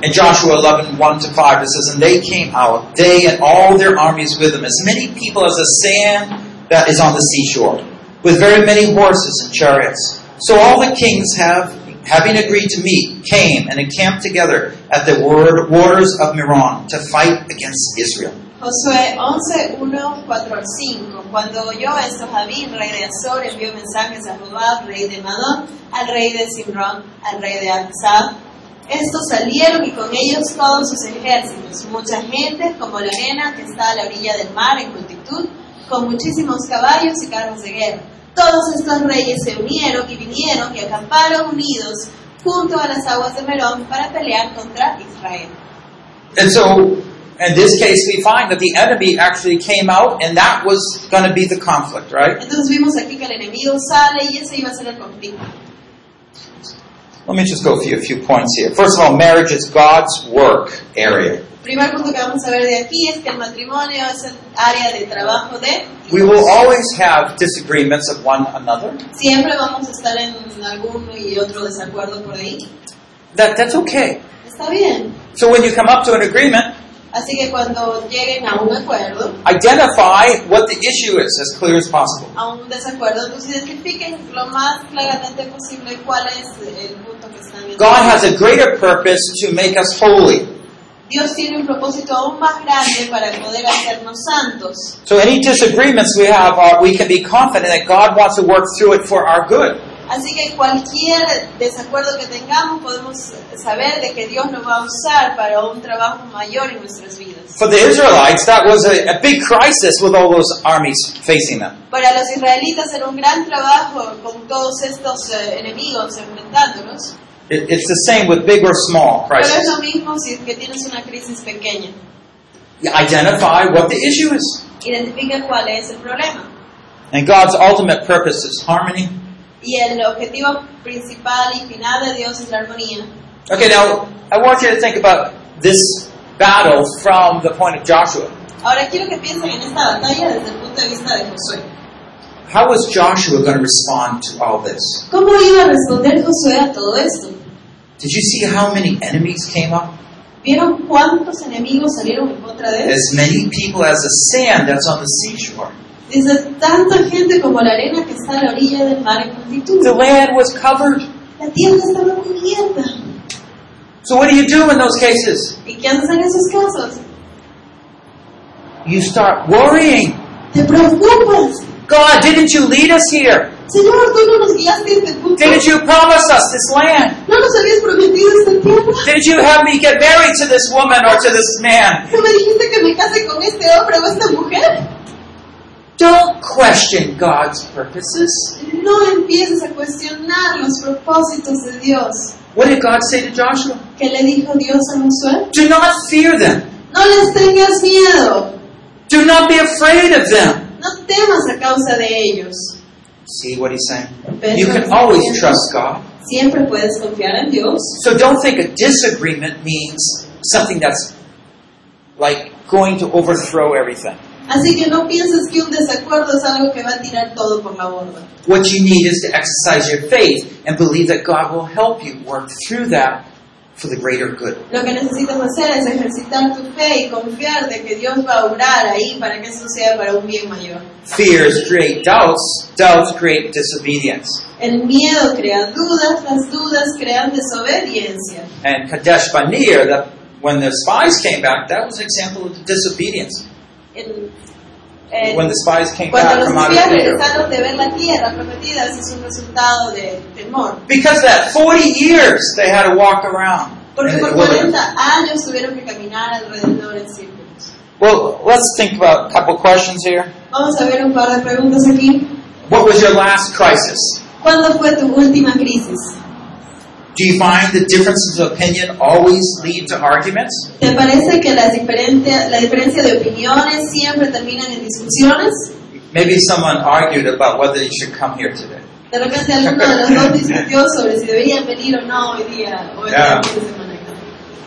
[SPEAKER 1] In Joshua 11, 1 to 5, it says, And they came out, they and all their armies with them, as many people as the sand that is on the seashore, with very many horses and chariots. So all the kings have, having agreed to meet, came and encamped together at the wor- waters of Meron to fight against Israel.
[SPEAKER 2] Josué 11, 1, 4 al 5. Cuando oyó esto, Javín regresó, le envió mensajes a Jobab, rey de Madón, al rey de Simrón, al rey de Absab. Estos salieron y con ellos todos sus ejércitos, mucha gente, como la arena que está a la orilla del mar en multitud, con muchísimos caballos y carros de guerra. Todos estos reyes se unieron y vinieron y acamparon unidos junto a las aguas de Merón para pelear contra Israel.
[SPEAKER 1] And so, in this case, we find that the enemy actually came out, and that was going to be the conflict, right?
[SPEAKER 2] Entonces vimos aquí que el enemigo sale y ese iba a ser el conflicto.
[SPEAKER 1] Let me just go through a few points here. First of all, marriage is God's work area.
[SPEAKER 2] Primer punto que vamos a ver de aquí es que el matrimonio es el área de trabajo de Dios.
[SPEAKER 1] We will always have disagreements of one another.
[SPEAKER 2] Siempre vamos a estar en alguno y otro desacuerdo por ahí.
[SPEAKER 1] That, that's okay.
[SPEAKER 2] Está bien.
[SPEAKER 1] So when you come up to an agreement,
[SPEAKER 2] Así que cuando lleguen a un acuerdo,
[SPEAKER 1] identify what the issue is as clear as possible.
[SPEAKER 2] a un desacuerdo, pues identifiquen lo más claramente posible cuál es el punto que están en.
[SPEAKER 1] God has a greater purpose to make us holy.
[SPEAKER 2] Dios tiene un propósito aún más grande para poder hacernos santos.
[SPEAKER 1] So any disagreements we have, are, we can be confident that God wants to work through it for our good.
[SPEAKER 2] Así que cualquier desacuerdo que tengamos podemos saber de que Dios nos va a usar para un trabajo mayor en nuestras vidas.
[SPEAKER 1] For the Israelites, that was a, a big crisis with all those armies facing them.
[SPEAKER 2] Para los israelitas era un gran trabajo con todos estos eh, enemigos enfrentándolos,
[SPEAKER 1] It, it's the same with big or small
[SPEAKER 2] pero es lo
[SPEAKER 1] crisis.
[SPEAKER 2] mismo si es que tienes una crisis pequeña.
[SPEAKER 1] You identify what the issue is.
[SPEAKER 2] Identifica cuál es el problema.
[SPEAKER 1] And God's ultimate purpose is harmony.
[SPEAKER 2] Y el objetivo principal y final de Dios es la armonía.
[SPEAKER 1] Okay, now I want you to think about this battle from the point of Joshua.
[SPEAKER 2] Ahora quiero que piensen en esta batalla desde el punto de vista de Josué.
[SPEAKER 1] How was Joshua going to respond to all this?
[SPEAKER 2] ¿Cómo iba a responder Josué a todo esto?
[SPEAKER 1] Did you see how many enemies came up?
[SPEAKER 2] ¿Vieron cuántos enemigos salieron en contra de él?
[SPEAKER 1] As many people as the sand that's on the seashore.
[SPEAKER 2] Desde tanta gente como la arena que está a la orilla del mar en multitud.
[SPEAKER 1] The land was covered.
[SPEAKER 2] La tierra estaba cubierta.
[SPEAKER 1] So what do you do in those cases?
[SPEAKER 2] ¿Y qué hacen en esos casos?
[SPEAKER 1] You start worrying.
[SPEAKER 2] Te preocupas.
[SPEAKER 1] God, didn't you lead us here?
[SPEAKER 2] Señor, tú no nos guiaste a este punto.
[SPEAKER 1] Didn't you promise us this land?
[SPEAKER 2] No nos habías prometido este esta tierra.
[SPEAKER 1] Didn't you have me get married to this woman or to this man?
[SPEAKER 2] No me dijiste que me case con este hombre o esta mujer.
[SPEAKER 1] Don't question God's purposes.
[SPEAKER 2] No empieces a cuestionar los propósitos de Dios.
[SPEAKER 1] What did God say to Joshua?
[SPEAKER 2] ¿Qué le dijo Dios a Josué?
[SPEAKER 1] Do not fear them.
[SPEAKER 2] No les tengas miedo.
[SPEAKER 1] Do not be afraid of them.
[SPEAKER 2] No temas a causa de ellos.
[SPEAKER 1] See what he's saying?
[SPEAKER 2] Pero-
[SPEAKER 1] You can always trust God.
[SPEAKER 2] Siempre puedes confiar en Dios.
[SPEAKER 1] So don't think a disagreement means something that's like going to overthrow everything.
[SPEAKER 2] Así que no pienses que un desacuerdo es algo que va a tirar todo por la borda.
[SPEAKER 1] What you need is to exercise your faith and believe that God will help you work through that for the greater good.
[SPEAKER 2] Lo que necesitas hacer es ejercitar tu fe y confiar de que Dios va a obrar ahí para que eso sea para un bien mayor.
[SPEAKER 1] Fears create doubts, doubts create disobedience.
[SPEAKER 2] El miedo crea dudas, las dudas crean desobediencia.
[SPEAKER 1] And Kadesh Barnea, that when the spies came back, that was an example of disobedience.
[SPEAKER 2] El- el-
[SPEAKER 1] When the spies came
[SPEAKER 2] cuando
[SPEAKER 1] back
[SPEAKER 2] los
[SPEAKER 1] from out
[SPEAKER 2] espías
[SPEAKER 1] of Egypt.
[SPEAKER 2] regresaron de ver la tierra prometida, ese es un resultado de temor.
[SPEAKER 1] Because that 40 years they had to walk around.
[SPEAKER 2] Porque
[SPEAKER 1] in the
[SPEAKER 2] por
[SPEAKER 1] wilderness.
[SPEAKER 2] 40 años tuvieron que caminar alrededor en círculos.
[SPEAKER 1] Well, let's think about a couple questions here.
[SPEAKER 2] Vamos a ver un par de preguntas aquí.
[SPEAKER 1] What was your last crisis?
[SPEAKER 2] ¿Cuándo fue tu última crisis?
[SPEAKER 1] Do you find the differences of opinion always lead to arguments?
[SPEAKER 2] ¿Te parece que las diferente- la diferencia de opiniones siempre terminan en discusiones?
[SPEAKER 1] Maybe someone argued about whether you should come here today.
[SPEAKER 2] De repente alguno de los dos discutió sobre si deberían venir o no hoy día o el
[SPEAKER 1] Ya.
[SPEAKER 2] fin de semana. acá.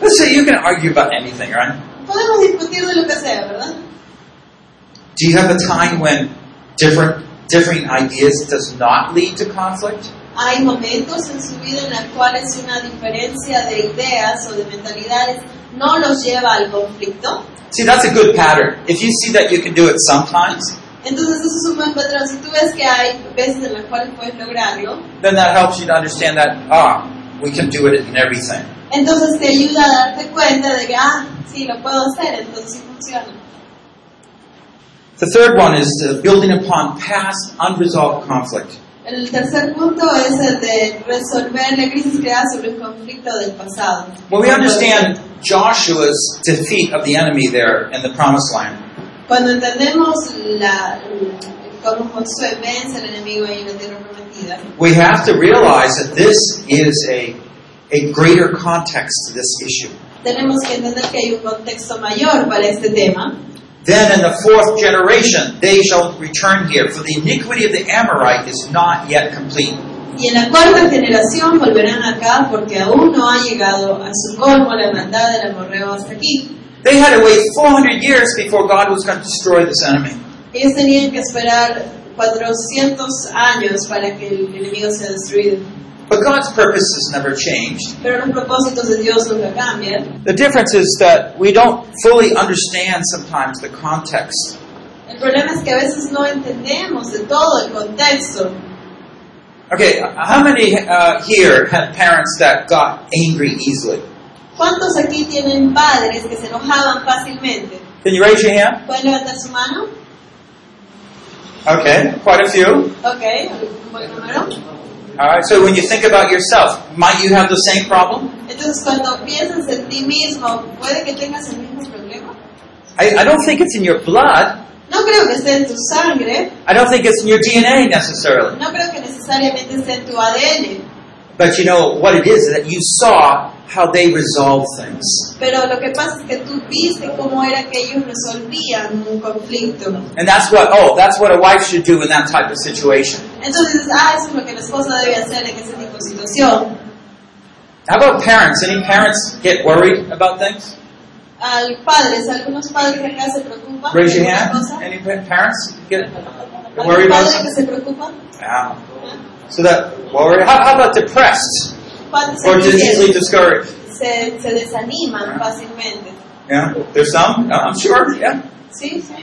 [SPEAKER 1] Let's say you can argue about anything, right?
[SPEAKER 2] Podemos discutir de lo que sea, ¿verdad?
[SPEAKER 1] Do you have a time when different differing ideas does not lead to conflict?
[SPEAKER 2] Hay momentos en su vida en los cuales una diferencia de ideas o de mentalidades no los lleva al conflicto.
[SPEAKER 1] See, that's a good pattern. If you see that you can do it sometimes,
[SPEAKER 2] Entonces eso es un buen patrón. Si tú ves que hay veces en las cuales puedes lograrlo,
[SPEAKER 1] then that helps you to understand that ah, we can do it in everything.
[SPEAKER 2] entonces te ayuda a darte cuenta de que, ah, sí, lo puedo hacer, entonces sí funciona.
[SPEAKER 1] The third one is the building upon past unresolved conflict.
[SPEAKER 2] El tercer punto es el de resolver la crisis creada sobre un conflicto del pasado.
[SPEAKER 1] When we understand Joshua's defeat of the enemy there in the promised land,
[SPEAKER 2] Cuando entendemos la, cómo Josué vence al enemigo ahí en la tierra prometida,
[SPEAKER 1] we have to realize that this is a, a greater context to this issue.
[SPEAKER 2] tenemos que entender que hay un contexto mayor para este tema.
[SPEAKER 1] Then in the fourth generation they shall return here, for the iniquity of the Amorite is not yet complete.
[SPEAKER 2] Y en la cuarta generación volverán acá porque aún no ha llegado a su colmo la maldad del amorreo hasta aquí.
[SPEAKER 1] They had to wait 400 years before God was going to destroy this enemy.
[SPEAKER 2] Ellos tenían que esperar 400 años para que el enemigo sea destruido.
[SPEAKER 1] But God's purposes never changed.
[SPEAKER 2] Pero los propósitos de Dios nunca cambian.
[SPEAKER 1] The difference is that we don't fully understand sometimes the context.
[SPEAKER 2] El problema es que a veces no entendemos de todo el contexto.
[SPEAKER 1] Okay, how many uh, here had parents that got angry easily?
[SPEAKER 2] ¿Cuántos aquí tienen padres que se enojaban fácilmente?
[SPEAKER 1] Can you raise your hand?
[SPEAKER 2] ¿Pueden levantar su mano?
[SPEAKER 1] Okay, quite a few.
[SPEAKER 2] Ok, un buen número.
[SPEAKER 1] All right, so when you think about yourself, might you have the same problem?
[SPEAKER 2] Entonces, cuando piensas en ti mismo, puede que tengas el mismo problema.
[SPEAKER 1] I, I don't think it's in your blood.
[SPEAKER 2] No creo que esté en tu sangre,
[SPEAKER 1] I don't think it's in your DNA necessarily.
[SPEAKER 2] no creo que necesariamente esté en tu ADN,
[SPEAKER 1] But you know what it is that you saw how they resolve things.
[SPEAKER 2] pero lo que pasa es que tú viste cómo era que ellos resolvían un conflicto.
[SPEAKER 1] And that's what, oh, that's what a wife should do in that type of situation.
[SPEAKER 2] Entonces dices, ah, eso es lo que la esposa debe hacer en ese tipo de situación.
[SPEAKER 1] How about parents? Any parents get worried about things?
[SPEAKER 2] Al padres, algunos padres acá se preocupan.
[SPEAKER 1] Raise your
[SPEAKER 2] por la
[SPEAKER 1] hand.
[SPEAKER 2] cosa.
[SPEAKER 1] Any pa- parents get
[SPEAKER 2] ¿Algún
[SPEAKER 1] worried about
[SPEAKER 2] padre que
[SPEAKER 1] something?
[SPEAKER 2] se preocupa? ¿Ah?
[SPEAKER 1] Yeah. So that worry. How, how about depressed
[SPEAKER 2] ¿Cuántos
[SPEAKER 1] or just easily
[SPEAKER 2] se,
[SPEAKER 1] discouraged?
[SPEAKER 2] se, se desaniman fácilmente?
[SPEAKER 1] Yeah, there's some. Yeah, I'm sure. Yeah.
[SPEAKER 2] Sí, sí.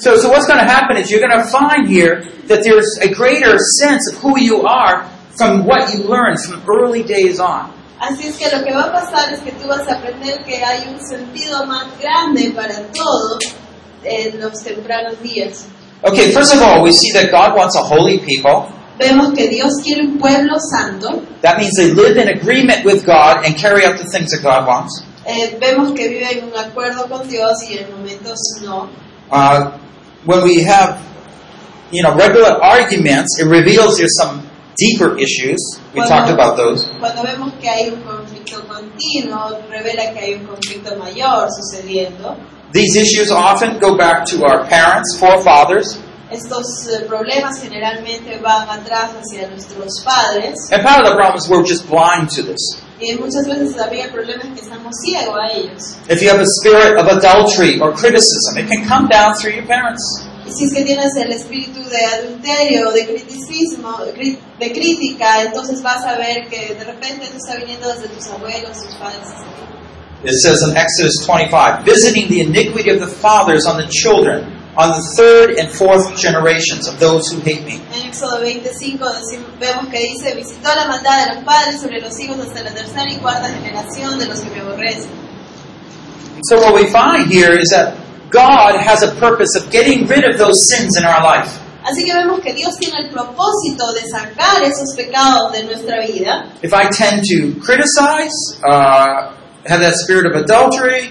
[SPEAKER 1] So, so what's going to happen is you're going to find here that there's a greater sense of who you are from what you learned from early days on.
[SPEAKER 2] Así es que lo que va a pasar es que tú vas a aprender que hay un sentido más grande para todo en los tempranos días.
[SPEAKER 1] Okay, first of all, we see that God wants a holy people.
[SPEAKER 2] Vemos que Dios quiere un pueblo santo,
[SPEAKER 1] That means they live in agreement with God and carry out the things that God wants.
[SPEAKER 2] eh, vemos que vive en un acuerdo con Dios y en momentos no.
[SPEAKER 1] Uh, when we have, you know, regular arguments, it reveals there's some deeper issues. We
[SPEAKER 2] Well,
[SPEAKER 1] talked
[SPEAKER 2] no.
[SPEAKER 1] about those.
[SPEAKER 2] Cuando vemos que hay un conflicto continuo, revela que hay un conflicto mayor sucediendo.
[SPEAKER 1] These issues often go back to our parents, forefathers,
[SPEAKER 2] Estos eh, problemas generalmente van atrás hacia nuestros padres
[SPEAKER 1] and part of the problem is we're just blind to this.
[SPEAKER 2] y muchas veces también el problema es que estamos ciegos a ellos.
[SPEAKER 1] If you have a spirit of adultery or criticism, it can come down through your parents.
[SPEAKER 2] si es que tienes el espíritu de adulterio, de criticismo, cri- de crítica, entonces vas a ver que de repente te está viniendo desde tus abuelos, tus padres.
[SPEAKER 1] It says in Exodus 25, visiting the iniquity of the fathers on the children, on the third and fourth generations of those who hate me.
[SPEAKER 2] En Éxodo 25 decim- vemos que dice, visitó la maldad de los padres sobre los hijos hasta la tercera y cuarta generación de los que me aborrecen.
[SPEAKER 1] So what we find here is that God has a purpose of getting rid of those sins in our life.
[SPEAKER 2] Así que vemos que Dios tiene el propósito de sacar esos pecados de nuestra vida.
[SPEAKER 1] If I tend to criticize, uh, have that spirit of adultery,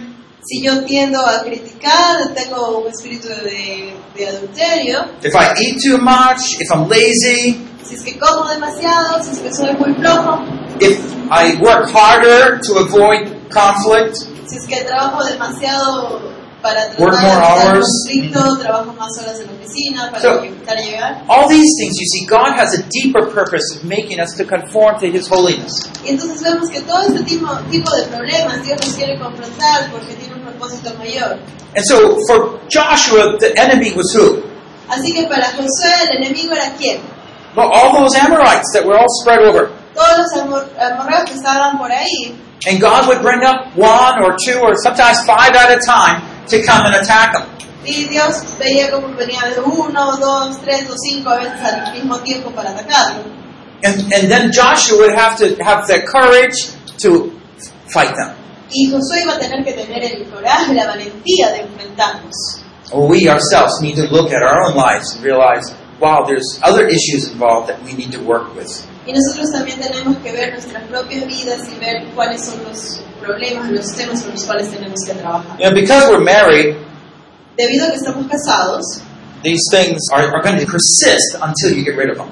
[SPEAKER 2] Si yo tiendo a criticar, tengo un espíritu de, de adulterio,
[SPEAKER 1] if I eat too much, if I'm lazy,
[SPEAKER 2] si es que como demasiado, si es que soy muy flojo,
[SPEAKER 1] if I work harder to avoid conflict,
[SPEAKER 2] si es que trabajo demasiado para
[SPEAKER 1] Work
[SPEAKER 2] tratar de
[SPEAKER 1] more
[SPEAKER 2] evitar
[SPEAKER 1] hours.
[SPEAKER 2] conflicto, trabajo más horas en la oficina para
[SPEAKER 1] So-
[SPEAKER 2] evitar llegar.
[SPEAKER 1] all these things, you see, God has a deeper purpose of making us to conform to His holiness.
[SPEAKER 2] Y entonces vemos que todo este tipo, tipo de problemas Dios nos quiere confrontar porque tiene un propósito mayor.
[SPEAKER 1] And so for Joshua, the enemy was who?
[SPEAKER 2] Así que para Josué el enemigo era quién?
[SPEAKER 1] Well, all those Amorites that were all spread over.
[SPEAKER 2] Todos los amor- amorreos que estaban por ahí.
[SPEAKER 1] And God would bring up one or two or sometimes five at a time to come and attack them.
[SPEAKER 2] Y Dios veía como venía de uno, dos, tres o cinco veces al mismo tiempo para atacarlo.
[SPEAKER 1] And, and then Joshua would have to have the courage to fight them.
[SPEAKER 2] Y Josué iba a tener que tener el coraje, la valentía de enfrentarnos.
[SPEAKER 1] Well, we ourselves need to look at our own lives and realize, wow, there's other issues involved that we need to work with.
[SPEAKER 2] Y nosotros también tenemos que ver nuestras propias vidas y ver cuáles son los problemas, los temas con los cuales tenemos que trabajar.
[SPEAKER 1] You know, because we're married,
[SPEAKER 2] Debido a que estamos casados,
[SPEAKER 1] these things are, are going to persist until you get rid of them.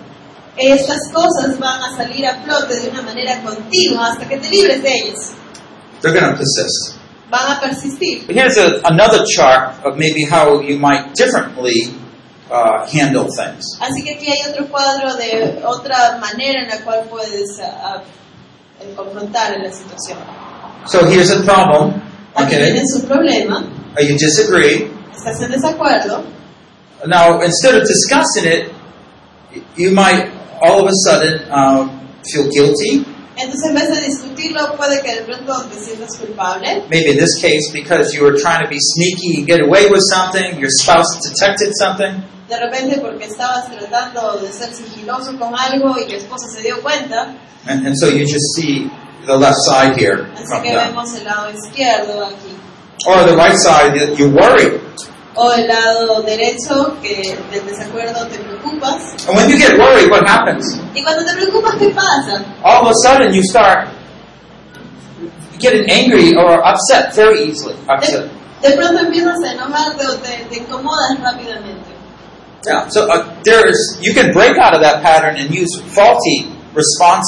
[SPEAKER 2] estas cosas van a salir a flote de una manera continua hasta que te libres de ellas.
[SPEAKER 1] They're going to persist.
[SPEAKER 2] Van a persistir.
[SPEAKER 1] But here's a, another chart of maybe how you might differently uh, handle things.
[SPEAKER 2] Así que aquí hay otro cuadro de otra manera en la cual puedes ah, ah, eh, confrontar la situación.
[SPEAKER 1] So here's a problem.
[SPEAKER 2] Aquí
[SPEAKER 1] Okay,
[SPEAKER 2] tienes un problema,
[SPEAKER 1] Uh, you disagree.
[SPEAKER 2] estás en desacuerdo,
[SPEAKER 1] Now, instead of discussing it, you might all of a sudden um, feel guilty.
[SPEAKER 2] entonces en vez de discutirlo puede que de pronto te sientas culpable.
[SPEAKER 1] Maybe in this case, because you were trying to be sneaky and get away with something, your spouse detected something.
[SPEAKER 2] De repente porque estabas tratando de ser sigiloso con algo y tu esposa se dio cuenta,
[SPEAKER 1] And, and so you just see the left side here.
[SPEAKER 2] así
[SPEAKER 1] from
[SPEAKER 2] que
[SPEAKER 1] them.
[SPEAKER 2] vemos el lado izquierdo aquí.
[SPEAKER 1] Or the right side, you- you worry.
[SPEAKER 2] O el lado derecho que del desacuerdo te preocupas.
[SPEAKER 1] And when you get worried, what happens?
[SPEAKER 2] Y cuando te preocupas, ¿qué pasa?
[SPEAKER 1] All of a sudden, you start getting angry or upset very easily. Upset.
[SPEAKER 2] De, de pronto empiezas a enojarte o te, te incomodas rápidamente.
[SPEAKER 1] Yeah. So uh, there is you can break out of that pattern and use faulty response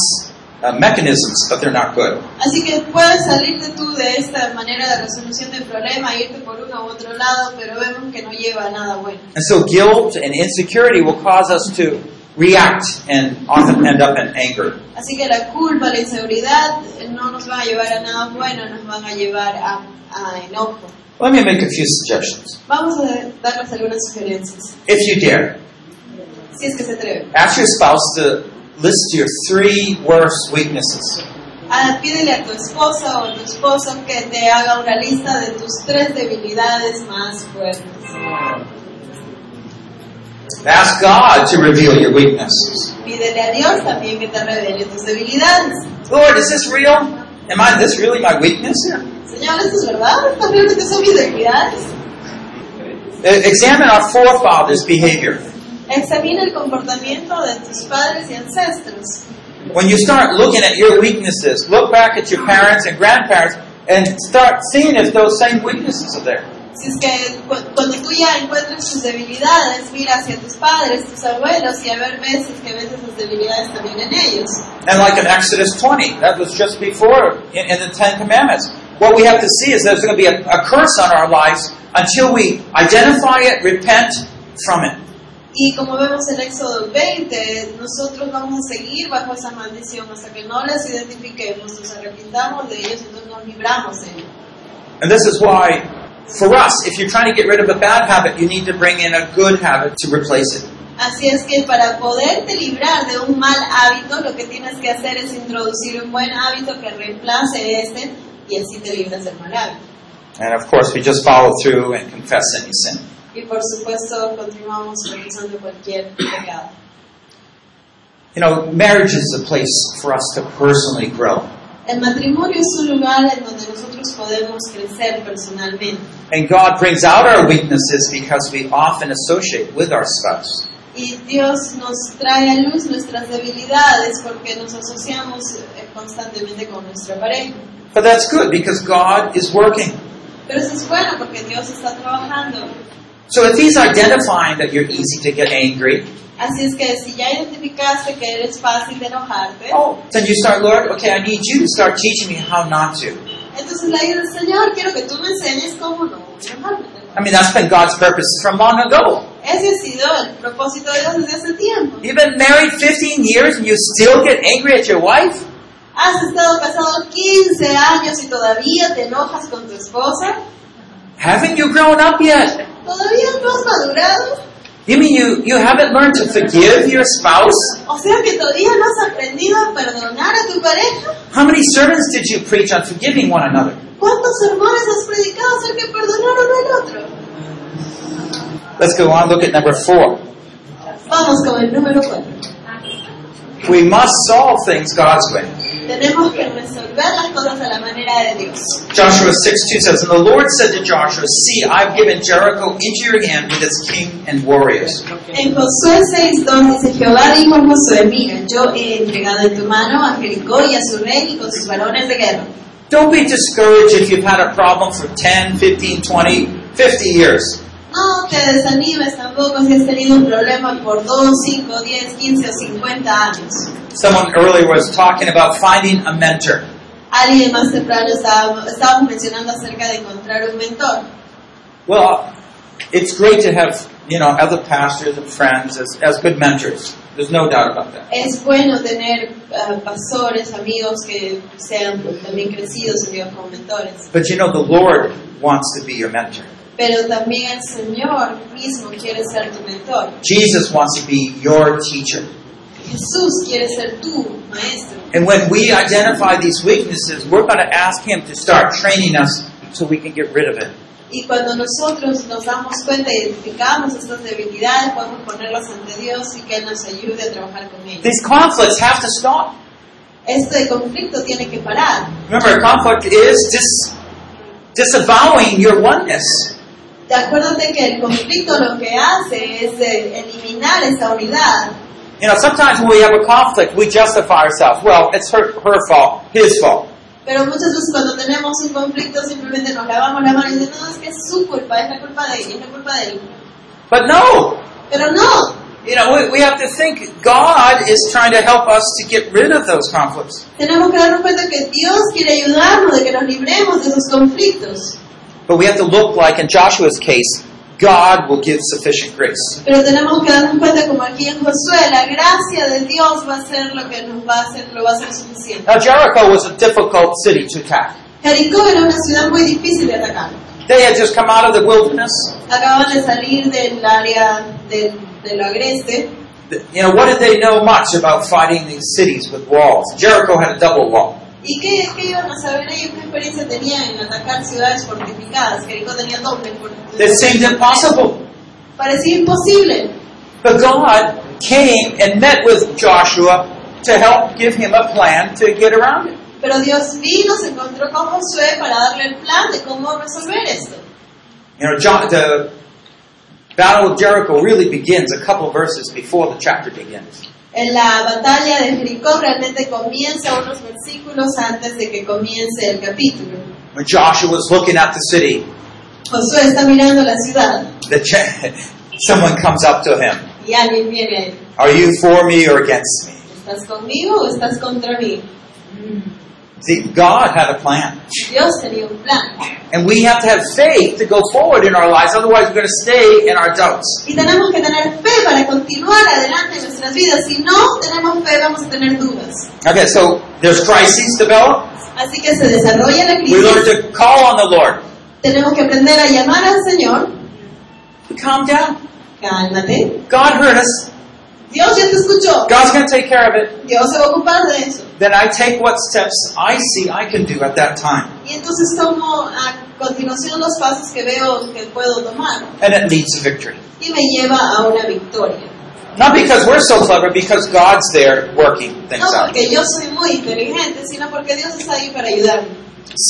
[SPEAKER 1] uh, mechanisms, but they're not good.
[SPEAKER 2] Así que puedes salirte tú de esta manera de resolución del problema, irte por uno u otro lado, pero vemos que no lleva a nada bueno.
[SPEAKER 1] And so guilt and insecurity will cause us to react and often end up in anger.
[SPEAKER 2] Así que la culpa, la inseguridad eh, no nos van a llevar a nada bueno, nos van a llevar a, a enojo.
[SPEAKER 1] Let me make a few suggestions,
[SPEAKER 2] Vamos a darles algunas sugerencias,
[SPEAKER 1] if you dare.
[SPEAKER 2] si es que se atreven.
[SPEAKER 1] Ask your spouse to list your three worst weaknesses.
[SPEAKER 2] Ah, pídele a tu esposa o a tu esposo que te haga una lista de tus tres debilidades más fuertes.
[SPEAKER 1] Ask God to reveal your weaknesses.
[SPEAKER 2] Pídele a Dios también que te revele tus debilidades.
[SPEAKER 1] Lord, is this real? Am I this really my weakness here?
[SPEAKER 2] Señor, ¿esto es verdad? ¿Estas realmente son mis debilidades?
[SPEAKER 1] Uh, Examine our forefathers' behavior.
[SPEAKER 2] Examina el comportamiento de tus padres y ancestros.
[SPEAKER 1] When you start looking at your weaknesses, look back at your parents and grandparents and start seeing if those same weaknesses are there.
[SPEAKER 2] Si es que cu- cuando tú ya encuentres tus debilidades, mira hacia tus padres, tus abuelos y a ver veces que ves esas debilidades también en ellos.
[SPEAKER 1] And like in Exodus 20, that was just before in, in the Ten Commandments, what we have to see is there's going to be a, a curse on our lives until we identify it, repent from it.
[SPEAKER 2] Y como vemos en Éxodo 20, nosotros vamos a seguir bajo esa maldición hasta que no las identifiquemos, nos arrepintamos de ellos y nos libramos de ellos.
[SPEAKER 1] And this is why for us, if you're trying to get rid of a bad habit, you need to bring in a good habit to replace it.
[SPEAKER 2] Así es que para poderte librar de un mal hábito, lo que tienes que hacer es introducir un buen hábito que reemplace este y así te libras del mal hábito.
[SPEAKER 1] And of course, we just follow through and confess any sin.
[SPEAKER 2] Y por supuesto continuamos realizando cualquier pecado.
[SPEAKER 1] You know, marriage is a place for us to personally grow.
[SPEAKER 2] El matrimonio es un lugar en donde nosotros podemos crecer personalmente.
[SPEAKER 1] And God brings out our weaknesses because we often associate with our spouse.
[SPEAKER 2] Y Dios nos trae a luz nuestras debilidades porque nos asociamos eh, constantemente con nuestra pareja.
[SPEAKER 1] But that's good because God is working.
[SPEAKER 2] Pero eso es bueno porque Dios está trabajando.
[SPEAKER 1] So if He's identifying that you're easy to get angry,
[SPEAKER 2] Así es que si ya identificaste que eres fácil de enojarte,
[SPEAKER 1] oh, then you start, Lord, okay, I need you to start teaching me how not to.
[SPEAKER 2] entonces le dices, Señor, quiero que tú me enseñes cómo no enojarme.
[SPEAKER 1] I mean, that's been God's purpose from long ago.
[SPEAKER 2] Ese ha sido el propósito de Dios desde hace tiempo.
[SPEAKER 1] You've been married 15 years and you still get angry at your wife?
[SPEAKER 2] Has estado casado 15 años y todavía te enojas con tu esposa.
[SPEAKER 1] Haven't you grown up yet?
[SPEAKER 2] ¿Todavía no has madurado?
[SPEAKER 1] You mean you, you haven't learned to forgive your spouse?
[SPEAKER 2] O sea que todavía no has aprendido a perdonar a tu pareja.
[SPEAKER 1] How many sermons did you preach on forgiving one another?
[SPEAKER 2] ¿Cuántos sermones has predicado acerca de perdonar uno al otro?
[SPEAKER 1] Let's go on, look at number four.
[SPEAKER 2] Vamos con el número 4.
[SPEAKER 1] We must solve things God's way.
[SPEAKER 2] Tenemos que resolver las cosas a la manera de Dios.
[SPEAKER 1] Joshua 6 2 says, And the Lord said to Joshua, See, I've given Jericho into your hand with its king and warriors.
[SPEAKER 2] En Josué 6.2 dice, Jehová dijo a Josué, mira, yo he entregado en tu mano a Jericó y a su rey y con sus varones de guerra.
[SPEAKER 1] Don't be discouraged if you've had a problem for 10, 15, 20, 50 years.
[SPEAKER 2] No te desanimes tampoco si has tenido un problema por 2, 5, 10, 15 o 50 años.
[SPEAKER 1] Someone earlier was talking about finding a mentor.
[SPEAKER 2] Alguien más temprano estaba, estábamos mencionando acerca de encontrar un mentor.
[SPEAKER 1] Well, it's great to have, you know, other pastors and friends as, as good mentors. There's no doubt about that.
[SPEAKER 2] Es bueno tener ah, pastores, amigos que sean pues, también crecidos en Dios como mentores.
[SPEAKER 1] But you know, the Lord wants to be your mentor.
[SPEAKER 2] Pero también el Señor mismo quiere ser tu mentor.
[SPEAKER 1] Jesus wants to be your teacher.
[SPEAKER 2] Jesús quiere ser tu maestro.
[SPEAKER 1] And when we identify these weaknesses, we're going to ask Him to start training us so we can get rid of it.
[SPEAKER 2] Y cuando nosotros nos damos cuenta y identificamos estas debilidades, podemos ponerlas ante Dios y que Él nos ayude a trabajar con ellas.
[SPEAKER 1] These conflicts have to stop.
[SPEAKER 2] Este conflicto tiene que parar.
[SPEAKER 1] Remember, conflict is dis- disavowing your oneness.
[SPEAKER 2] De acuerdo de que el conflicto lo que hace es eh, eliminar esa unidad.
[SPEAKER 1] You know, sometimes when we have a conflict, we justify ourselves. Well, it's her, her fault, his fault.
[SPEAKER 2] Pero muchas veces cuando tenemos un conflicto simplemente nos lavamos la mano y dicen, no, es que es su culpa, es la culpa de él, es la culpa de él.
[SPEAKER 1] But no!
[SPEAKER 2] Pero no,
[SPEAKER 1] You know, we, we have to think God is trying to help us to get rid of those conflicts.
[SPEAKER 2] tenemos que darnos cuenta que Dios quiere ayudarnos, de que nos libremos de esos conflictos.
[SPEAKER 1] But we have to look like, in Joshua's case, God will give sufficient grace.
[SPEAKER 2] Pero tenemos que darnos cuenta, como aquí en Josué, la gracia de Dios va a ser lo que nos va a hacer, lo va a ser suficiente.
[SPEAKER 1] Now, Jericho was a difficult city to attack.
[SPEAKER 2] Jericó era una ciudad muy difícil de atacar.
[SPEAKER 1] They had just come out of the wilderness.
[SPEAKER 2] Acababan de salir del área del, del agreste.
[SPEAKER 1] Th- You know, what did they know much about fighting these cities with walls? Jericho had a double wall.
[SPEAKER 2] ¿Y qué, qué iban a saber ellos? ¿Qué experiencia tenían en atacar ciudades fortificadas? Jericó tenía doble
[SPEAKER 1] That seemed
[SPEAKER 2] fortificación.
[SPEAKER 1] impossible.
[SPEAKER 2] Parecía imposible.
[SPEAKER 1] But God came and met with Joshua to help give him a plan to get around it.
[SPEAKER 2] Pero Dios vino, se encontró con Josué para darle el plan de cómo resolver esto.
[SPEAKER 1] You know, John, the battle of Jericho really begins a couple verses before the chapter begins.
[SPEAKER 2] En la batalla de Jericó realmente comienza unos versículos antes de que comience el capítulo.
[SPEAKER 1] When Joshua was looking at the city,
[SPEAKER 2] Josué está mirando la ciudad
[SPEAKER 1] the ch- someone comes up to him.
[SPEAKER 2] y alguien viene a él.
[SPEAKER 1] Are you for me or against me?
[SPEAKER 2] ¿Estás conmigo o estás contra mí?
[SPEAKER 1] See, God had a plan.
[SPEAKER 2] Dios tenía un plan.
[SPEAKER 1] And we have to have faith to go forward in our lives, otherwise we're going to stay in our doubts.
[SPEAKER 2] Y tenemos que tener fe para continuar adelante en nuestras vidas. Si no tenemos fe, vamos a tener dudas.
[SPEAKER 1] Okay, so there's crises develop.
[SPEAKER 2] Así que se desarrolla la
[SPEAKER 1] We learn
[SPEAKER 2] crisis
[SPEAKER 1] to call on the Lord.
[SPEAKER 2] Tenemos que aprender a llamar al Señor.
[SPEAKER 1] Calm down.
[SPEAKER 2] Cálmate.
[SPEAKER 1] God heard us.
[SPEAKER 2] Dios ya te escuchó.
[SPEAKER 1] God's going to take care of it.
[SPEAKER 2] Dios se va a ocupar de eso.
[SPEAKER 1] Then I take what steps I see I can do at that time.
[SPEAKER 2] Y entonces tomo a continuación los pasos que veo que puedo tomar
[SPEAKER 1] And it leads to victory.
[SPEAKER 2] y me lleva a una victoria.
[SPEAKER 1] Not because we're so clever, because God's there working
[SPEAKER 2] No
[SPEAKER 1] things out.
[SPEAKER 2] porque yo soy muy inteligente, sino porque Dios está ahí para ayudarme.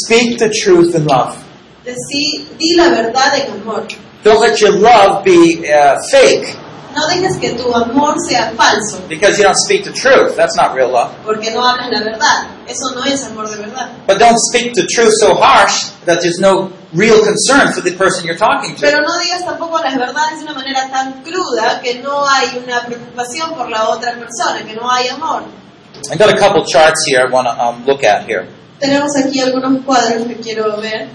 [SPEAKER 1] Speak the truth in love.
[SPEAKER 2] Decí, di la verdad en amor.
[SPEAKER 1] Don't let your love be uh, fake
[SPEAKER 2] No dejes que tu amor sea falso,
[SPEAKER 1] because you don't speak the truth. That's not real love.
[SPEAKER 2] porque no hablas la verdad. Eso no es amor de verdad.
[SPEAKER 1] But don't speak the truth so harsh that there's no real concern for the person you're talking
[SPEAKER 2] Pero
[SPEAKER 1] to.
[SPEAKER 2] no digas tampoco las verdades de una manera tan cruda que no hay una preocupación por la otra persona, que no hay amor.
[SPEAKER 1] I've got a couple charts here I want to um, look at here.
[SPEAKER 2] Tenemos aquí algunos cuadros que quiero ver.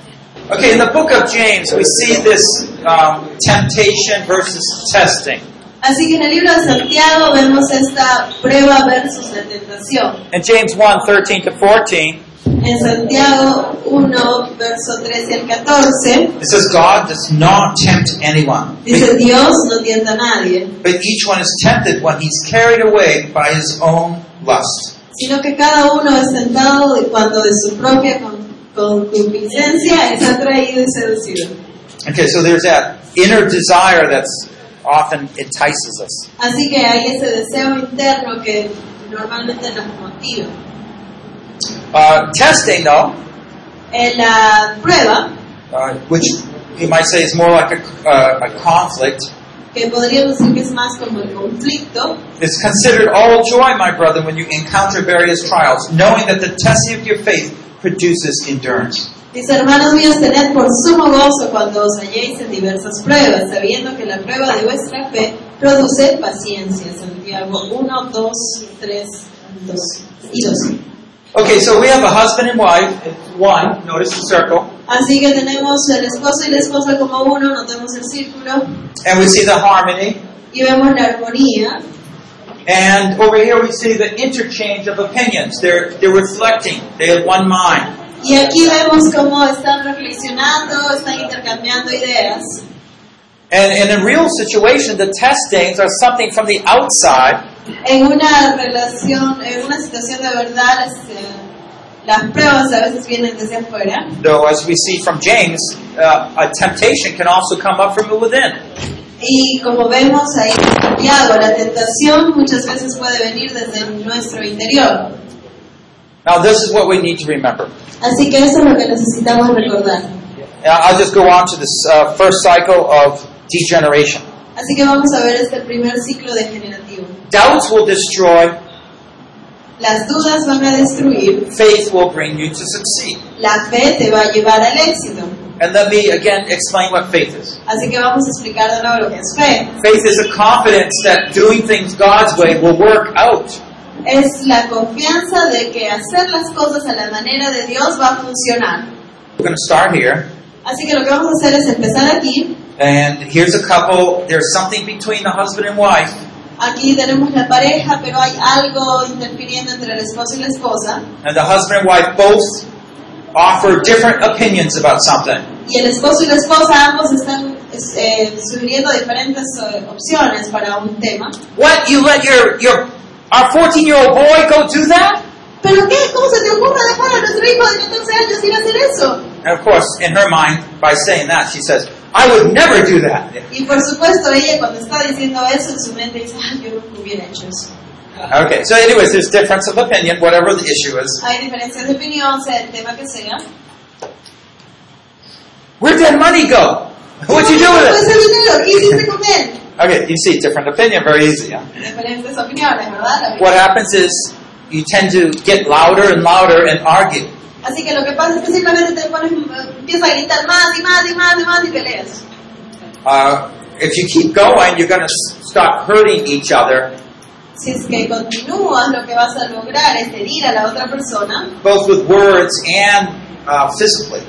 [SPEAKER 1] Okay, in the book of James, we see this um, temptation versus testing.
[SPEAKER 2] Así que en el libro de Santiago vemos esta prueba versus la tentación.
[SPEAKER 1] In James 1 13 to 14,
[SPEAKER 2] En Santiago 1, verso 13 al 14,
[SPEAKER 1] it says, God does not tempt anyone,
[SPEAKER 2] dice Dios no tienta a nadie,
[SPEAKER 1] but each one is tempted when he's carried away by his own lust.
[SPEAKER 2] sino que cada uno es tentado de cuando de su propia con- concupiscencia es atraído y seducido.
[SPEAKER 1] Okay, so there's that inner desire that's often entices us.
[SPEAKER 2] Así que hay ese deseo interno que normalmente nos motiva.
[SPEAKER 1] Uh, testing, though,
[SPEAKER 2] En la prueba,
[SPEAKER 1] uh, which you might say is more like a, uh, a conflict,
[SPEAKER 2] que podríamos decir que es más como el conflicto,
[SPEAKER 1] It's considered all joy, my brother, when you encounter various trials, knowing that the testing of your faith produces endurance.
[SPEAKER 2] Dice, hermanos míos, tened por sumo gozo cuando os halléis en diversas pruebas, sabiendo que la prueba de vuestra fe produce paciencia. Santiago 1, 2, 3, 2 y 2.
[SPEAKER 1] Okay, so we have a husband and wife, it's one, notice the circle,
[SPEAKER 2] Así que tenemos el esposo y la esposa como uno, notemos el círculo
[SPEAKER 1] and we see the harmony,
[SPEAKER 2] y vemos la armonía.
[SPEAKER 1] and over here we see the interchange of opinions. They're, they're reflecting, they have one mind.
[SPEAKER 2] Y aquí vemos cómo están reflexionando, están intercambiando ideas.
[SPEAKER 1] And, and in real situation, the testings are something from the outside
[SPEAKER 2] En una relación, en una situación de verdad, las, eh, las pruebas a veces vienen desde afuera.
[SPEAKER 1] Though, as we see from James, uh, a temptation can also come up from within.
[SPEAKER 2] Y como vemos ahí en Santiago, la tentación muchas veces puede venir desde nuestro interior.
[SPEAKER 1] Now, this is what we need to remember.
[SPEAKER 2] Así que eso es lo que necesitamos recordar.
[SPEAKER 1] Now, I'll just go on to this uh, first cycle of degeneration.
[SPEAKER 2] Así que vamos a ver este primer ciclo degenerativo.
[SPEAKER 1] Doubts will destroy,
[SPEAKER 2] Las dudas van a destruir,
[SPEAKER 1] faith will bring you to succeed.
[SPEAKER 2] la fe te va a llevar al éxito.
[SPEAKER 1] And let me again explain what faith is.
[SPEAKER 2] Así que vamos a explicar de nuevo lo que es fe.
[SPEAKER 1] Faith is a confidence that doing things God's way will work out.
[SPEAKER 2] Es la confianza de que hacer las cosas a la manera de Dios va a funcionar.
[SPEAKER 1] We're going to start here.
[SPEAKER 2] Así que lo que vamos a hacer es empezar aquí.
[SPEAKER 1] And here's a couple, there's something between the husband and wife,
[SPEAKER 2] Aquí tenemos la pareja, pero hay algo interfiriendo entre el esposo y la esposa.
[SPEAKER 1] and the husband and wife both offer different opinions about something.
[SPEAKER 2] Y el esposo y la esposa ambos están es- eh, sugiriendo diferentes eh, opciones para un tema.
[SPEAKER 1] What, you let your, your, our 14 year old boy go do that?
[SPEAKER 2] ¿Pero qué? ¿Cómo se te ocurre dejar a nuestro hijo de 14 años ir a hacer eso?
[SPEAKER 1] And of course, in her mind, by saying that, she says, I would never do that.
[SPEAKER 2] Y por supuesto ella cuando está diciendo eso en su mente dice, ay, yo nunca hubiera hecho eso.
[SPEAKER 1] Okay, so anyways, there's difference of opinion, whatever the issue is.
[SPEAKER 2] Hay diferencias de opinión, sea el tema que sea.
[SPEAKER 1] Where'd that money go? What'd you do
[SPEAKER 2] Pues
[SPEAKER 1] with it?
[SPEAKER 2] el dinero, ¿qué hiciste con él?
[SPEAKER 1] Okay, you see, different opinion, very easy. yeah.
[SPEAKER 2] Diferentes opiniones, ¿verdad?
[SPEAKER 1] What happens is you tend to get louder and louder and argue.
[SPEAKER 2] Así que lo que pasa es que simplemente te pones, empiezas a gritar más y más y más y más y peleas.
[SPEAKER 1] Uh, if you keep going, you're going to stop hurting each other,
[SPEAKER 2] Si es que continúas, lo que vas a lograr es herir a la otra persona,
[SPEAKER 1] both with words and uh, physically.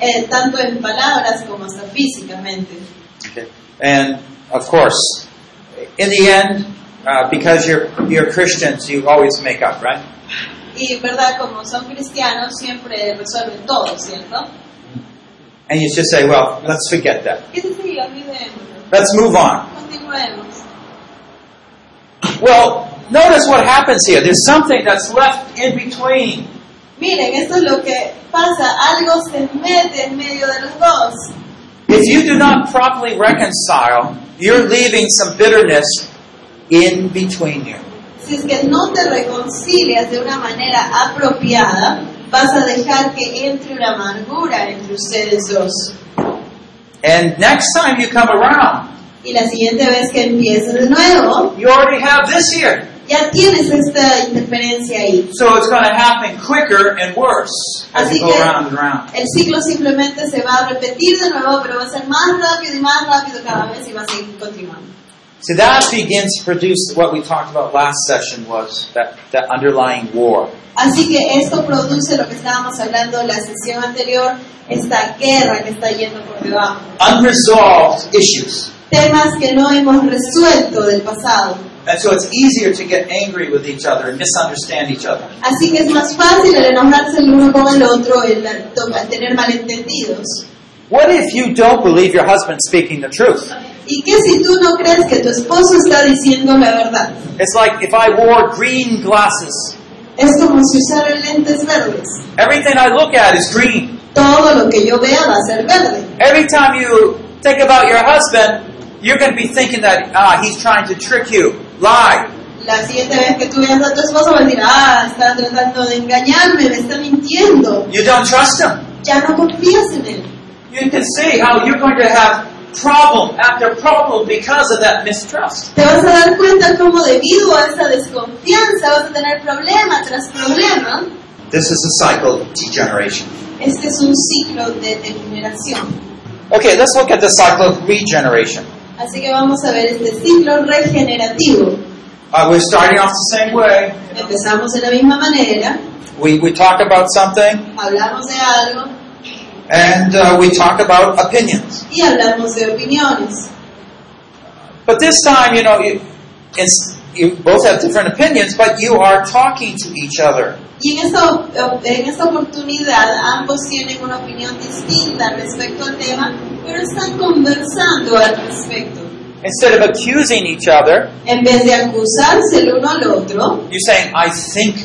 [SPEAKER 2] eh, tanto en palabras como hasta físicamente.
[SPEAKER 1] Okay. And of course, in the end, uh, because you're you're Christians, you always make up, right?
[SPEAKER 2] Y verdad, como son cristianos, siempre resuelven todo, ¿cierto?
[SPEAKER 1] and you just say, well, let's forget that.
[SPEAKER 2] ¿Qué se sigue? Olvidémonos.
[SPEAKER 1] Let's move on.
[SPEAKER 2] Continuemos.
[SPEAKER 1] Well, notice what happens here. There's something that's left in between.
[SPEAKER 2] Miren, esto es lo que pasa. Algo se mete en medio de los dos.
[SPEAKER 1] If you do not properly reconcile, you're leaving some bitterness in between you.
[SPEAKER 2] Si es que no te reconcilias de una manera apropiada, vas a dejar que entre una amargura entre ustedes dos.
[SPEAKER 1] And next time you come around,
[SPEAKER 2] Y la siguiente vez que empieces de nuevo,
[SPEAKER 1] you already have this here.
[SPEAKER 2] ya tienes esta interferencia ahí.
[SPEAKER 1] So it's going to happen quicker and worse as you
[SPEAKER 2] Así
[SPEAKER 1] go
[SPEAKER 2] que-
[SPEAKER 1] round and round.
[SPEAKER 2] El ciclo simplemente se va a repetir de nuevo, pero va a ser más rápido y más rápido cada vez y va a seguir continuando.
[SPEAKER 1] So that begins to produce what we talked about last session was that, that underlying war.
[SPEAKER 2] Así que esto produce lo que estábamos hablando en la sesión anterior, esta guerra que está yendo por debajo.
[SPEAKER 1] Unresolved issues.
[SPEAKER 2] Temas que no hemos resuelto del pasado.
[SPEAKER 1] And so it's easier to get angry with each other and misunderstand each other.
[SPEAKER 2] Así que es más fácil el enojarse el uno con el otro, el to- tener malentendidos.
[SPEAKER 1] What if you don't believe your husband's speaking the truth?
[SPEAKER 2] ¿Y qué si tú no crees que tu esposo está diciendo la verdad?
[SPEAKER 1] It's like if I wore green glasses,
[SPEAKER 2] Es como si usaran lentes verdes.
[SPEAKER 1] everything I look at is green.
[SPEAKER 2] Todo lo que yo vea va a ser verde.
[SPEAKER 1] Every time you think about your husband, you're going to be thinking that ah, he's trying to trick you, lie.
[SPEAKER 2] La siguiente vez que tú veas a tu esposo vas a decir, ah, está tratando de engañarme, me está mintiendo.
[SPEAKER 1] You don't trust him.
[SPEAKER 2] Ya no confías en él.
[SPEAKER 1] You can see how you're going to have problem after problem because of that mistrust.
[SPEAKER 2] Te vas a dar cuenta cómo debido a esa desconfianza vas a tener problema tras problema.
[SPEAKER 1] This is a cycle of degeneration.
[SPEAKER 2] Este es un ciclo de degeneración.
[SPEAKER 1] Okay, let's look at the cycle of regeneration.
[SPEAKER 2] Así que vamos a ver este ciclo regenerativo.
[SPEAKER 1] Uh, we're starting off the same way.
[SPEAKER 2] Empezamos de la misma manera,
[SPEAKER 1] We, we talk about something
[SPEAKER 2] hablamos de algo
[SPEAKER 1] and uh, we talk about opinions.
[SPEAKER 2] y hablamos de opiniones.
[SPEAKER 1] But this time, you know, you, it's, you both have different opinions, but you are talking to each other.
[SPEAKER 2] Y en esta, op- en esta oportunidad ambos tienen una opinión distinta respecto al tema, pero están conversando al respecto.
[SPEAKER 1] Instead of accusing each other,
[SPEAKER 2] En vez de acusarse el uno al otro,
[SPEAKER 1] you're saying, I think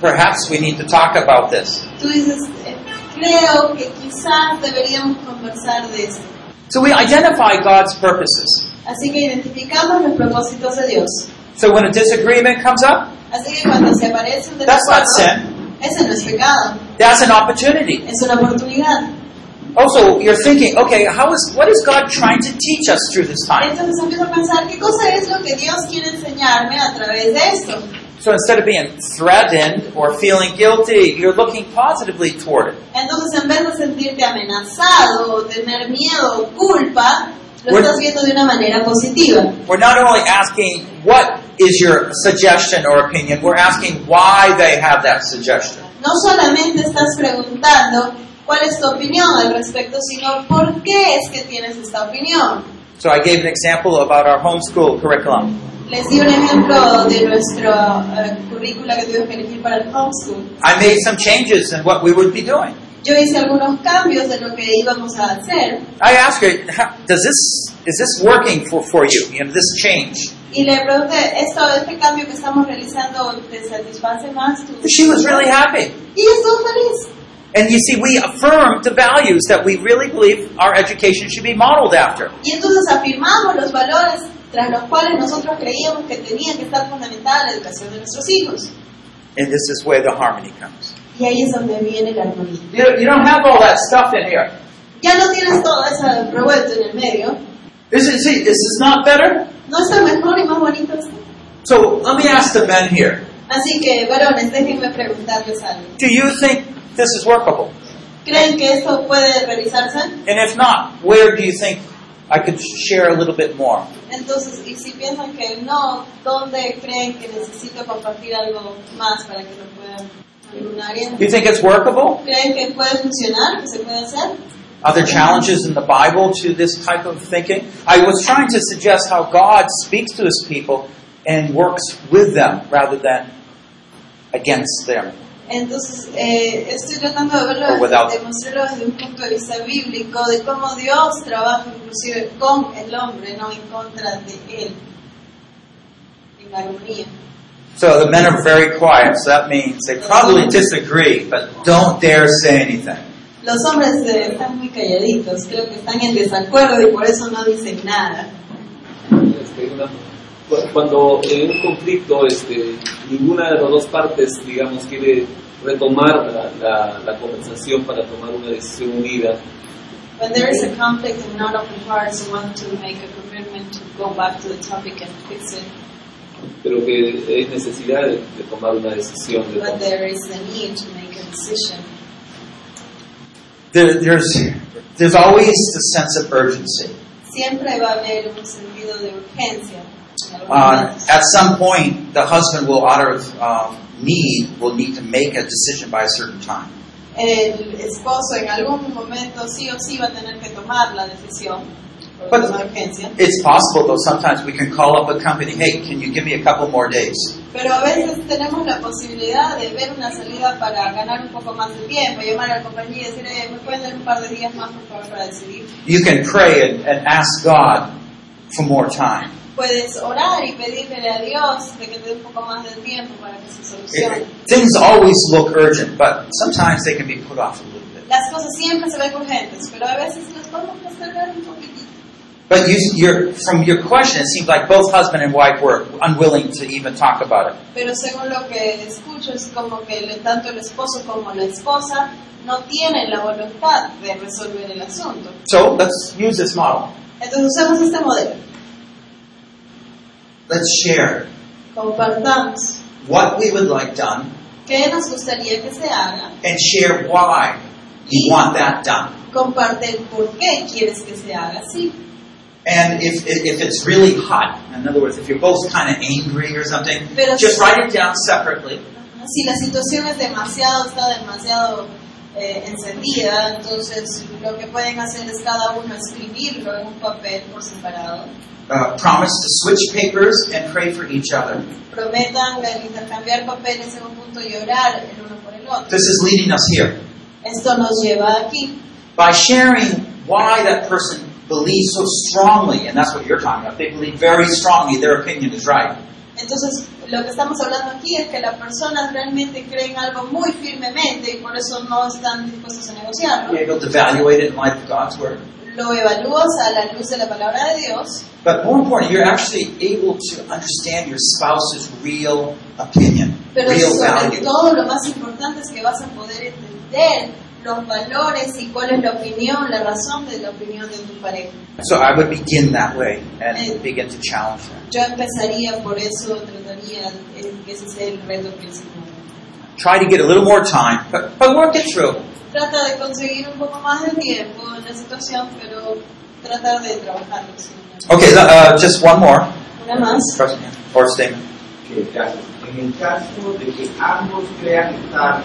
[SPEAKER 1] perhaps we need to talk about this.
[SPEAKER 2] tú dices, eh, creo que quizás deberíamos conversar de esto.
[SPEAKER 1] So we identify God's purposes.
[SPEAKER 2] Así que identificamos los propósitos de Dios.
[SPEAKER 1] So when a disagreement comes up,
[SPEAKER 2] Así que cuando se aparece un
[SPEAKER 1] That's not
[SPEAKER 2] desacuerdo, ese no es pecado,
[SPEAKER 1] that's an opportunity.
[SPEAKER 2] es una oportunidad.
[SPEAKER 1] Also, you're thinking, okay, how is, what is God trying to teach us through this time?
[SPEAKER 2] Entonces empiezo a pensar, ¿qué cosa es lo que Dios quiere enseñarme a través de esto?
[SPEAKER 1] So instead of being threatened or feeling guilty, you're looking positively toward it.
[SPEAKER 2] Entonces en vez de sentirte amenazado, o tener miedo o culpa, lo
[SPEAKER 1] Bueno.
[SPEAKER 2] estás viendo de una manera positiva.
[SPEAKER 1] We're not only asking what is your suggestion or opinion, we're asking why they have that suggestion.
[SPEAKER 2] No solamente estás preguntando cuál es tu opinión al respecto, sino por qué es que tienes esta opinión.
[SPEAKER 1] So I gave an example about our homeschool curriculum.
[SPEAKER 2] Les di un ejemplo de nuestro eh, currícula que tuvimos que elegir para el homeschool.
[SPEAKER 1] I made some changes in what we would be doing.
[SPEAKER 2] Yo hice algunos cambios de lo que íbamos a hacer
[SPEAKER 1] I asked her, "Ha- does this, is this working for, for you, you know, this change?
[SPEAKER 2] y le pregunté, ¿esto, este cambio que estamos realizando te satisface más? tu-
[SPEAKER 1] She was really happy.
[SPEAKER 2] Y yo estoy feliz.
[SPEAKER 1] And you see, we affirmed the values that we really believe our education should be modeled after.
[SPEAKER 2] Y entonces afirmamos los valores tras los cuales nosotros creíamos que tenía que estar fundamentada la educación de nuestros hijos.
[SPEAKER 1] And this is where the harmony comes.
[SPEAKER 2] Y ahí es donde viene la armonía.
[SPEAKER 1] You, you don't have all that stuff in here.
[SPEAKER 2] Ya no tienes todo eso revuelto en el medio.
[SPEAKER 1] This is, see, this is not better?
[SPEAKER 2] No está mejor y más bonito esto.
[SPEAKER 1] So let me ask the men here.
[SPEAKER 2] Así que, varones, déjenme preguntarles algo.
[SPEAKER 1] Do you think this is workable?
[SPEAKER 2] ¿Creen que esto puede realizarse?
[SPEAKER 1] And if not, where do you think I could share a little bit more?
[SPEAKER 2] Entonces, y si piensan que no, ¿dónde creen que necesito compartir algo más para que lo puedan algún área?
[SPEAKER 1] Do you think it's workable?
[SPEAKER 2] ¿Creen que puede funcionar, que se puede hacer?
[SPEAKER 1] Are there challenges in the Bible to this type of thinking? I was trying to suggest how God speaks to his people and works with them rather than against them.
[SPEAKER 2] Entonces, eh, estoy tratando de verlo,
[SPEAKER 1] Or without.
[SPEAKER 2] de mostrarlo desde un punto de vista bíblico, de cómo Dios trabaja inclusive con el hombre, no en contra de él, en armonía.
[SPEAKER 1] So the men are very quiet, so that means they probably disagree, but don't dare say anything.
[SPEAKER 2] Los hombres eh, están muy calladitos, creo que están en desacuerdo y por eso no dicen nada.
[SPEAKER 3] Este, una- cu- cuando en un conflicto este, ninguna de las dos partes, digamos, quiere retomar la, la- la conversación para tomar una decisión unida,
[SPEAKER 2] When there is a conflict and none of the parts want to make a commitment to go back to the topic and fix it,
[SPEAKER 3] pero que es necesidad de, de tomar una decisión. de-
[SPEAKER 2] but there is a need to make a decision.
[SPEAKER 1] There, there's, there's always the sense of urgency.
[SPEAKER 2] Siempre va a haber un sentido de urgencia. en algunos
[SPEAKER 1] Uh,
[SPEAKER 2] casos.
[SPEAKER 1] at some point, the husband will, out of um, need, will need to make a decision by a certain time.
[SPEAKER 2] El esposo en algún momento sí o sí va a tener que tomar la decisión por
[SPEAKER 1] But-
[SPEAKER 2] una urgencia.
[SPEAKER 1] It's possible, though, sometimes we can call up a company, hey, can you give me a couple more days?
[SPEAKER 2] Pero a veces tenemos la posibilidad de ver una salida para ganar un poco más de tiempo, llamar a la compañía y decir, "Eh, ¿me pueden dar un par de días más, por favor, para decidir?
[SPEAKER 1] You can pray and, and ask God for more time.
[SPEAKER 2] Puedes orar y pedirle a Dios de que te dé un poco más de tiempo para que se solucione.
[SPEAKER 1] It- things always look urgent, but sometimes they can be put off a little bit.
[SPEAKER 2] Las cosas siempre se ven urgentes, pero a veces las podemos postergar un poquitito.
[SPEAKER 1] But you, your, from your question, it seems like both husband and wife were unwilling to even talk about it.
[SPEAKER 2] Pero según lo que escucho, es como que el- tanto el esposo como la esposa no tienen la voluntad de resolver el asunto.
[SPEAKER 1] So let's use this model.
[SPEAKER 2] Entonces usemos este modelo.
[SPEAKER 1] Let's share
[SPEAKER 2] Compartamos
[SPEAKER 1] what we would like done
[SPEAKER 2] qué nos gustaría que se haga
[SPEAKER 1] and share why you want that done.
[SPEAKER 2] comparte el por qué quieres que se haga así.
[SPEAKER 1] And if, if it's really hot, in other words, if you're both kind of angry or something,
[SPEAKER 2] Pero-
[SPEAKER 1] just write it down separately
[SPEAKER 2] Si la situación es demasiado, está demasiado eh, encendida, entonces lo que pueden hacer es cada uno escribirlo en un papel por separado.
[SPEAKER 1] uh, promise to switch papers and pray for each other.
[SPEAKER 2] Prometan el intercambiar papeles en un punto y orar el uno por el otro.
[SPEAKER 1] This is leading us here.
[SPEAKER 2] Esto nos lleva aquí.
[SPEAKER 1] By sharing why that person believes so strongly, and that's what you're talking about, they believe very strongly their opinion is right.
[SPEAKER 2] Entonces, lo que estamos hablando aquí es que las personas realmente creen algo muy firmemente y por eso no están dispuestos a negociarlo.
[SPEAKER 1] You're able to evaluate it in light of God's Word.
[SPEAKER 2] Lo evalúas a la luz de la palabra de Dios
[SPEAKER 1] But more important, you're actually able to understand your spouse's real opinion,
[SPEAKER 2] Pero
[SPEAKER 1] real
[SPEAKER 2] sobre
[SPEAKER 1] value.
[SPEAKER 2] todo lo más importante es que vas a poder entender los valores y cuál es la opinión, la razón de la opinión de tu pareja.
[SPEAKER 1] So I would begin that way and begin to challenge them.
[SPEAKER 2] Yo empezaría por eso, trataría, eh, que ese sea el reto principal.
[SPEAKER 1] Try to get a little more time, but, but work it through.
[SPEAKER 2] Trata de conseguir un poco más de tiempo en la situación, pero tratar de trabajarlo. sí.
[SPEAKER 1] Okay, uh, just one more
[SPEAKER 2] Una más.
[SPEAKER 1] question or statement.
[SPEAKER 4] que el caso. En el caso de que ambos crean estar,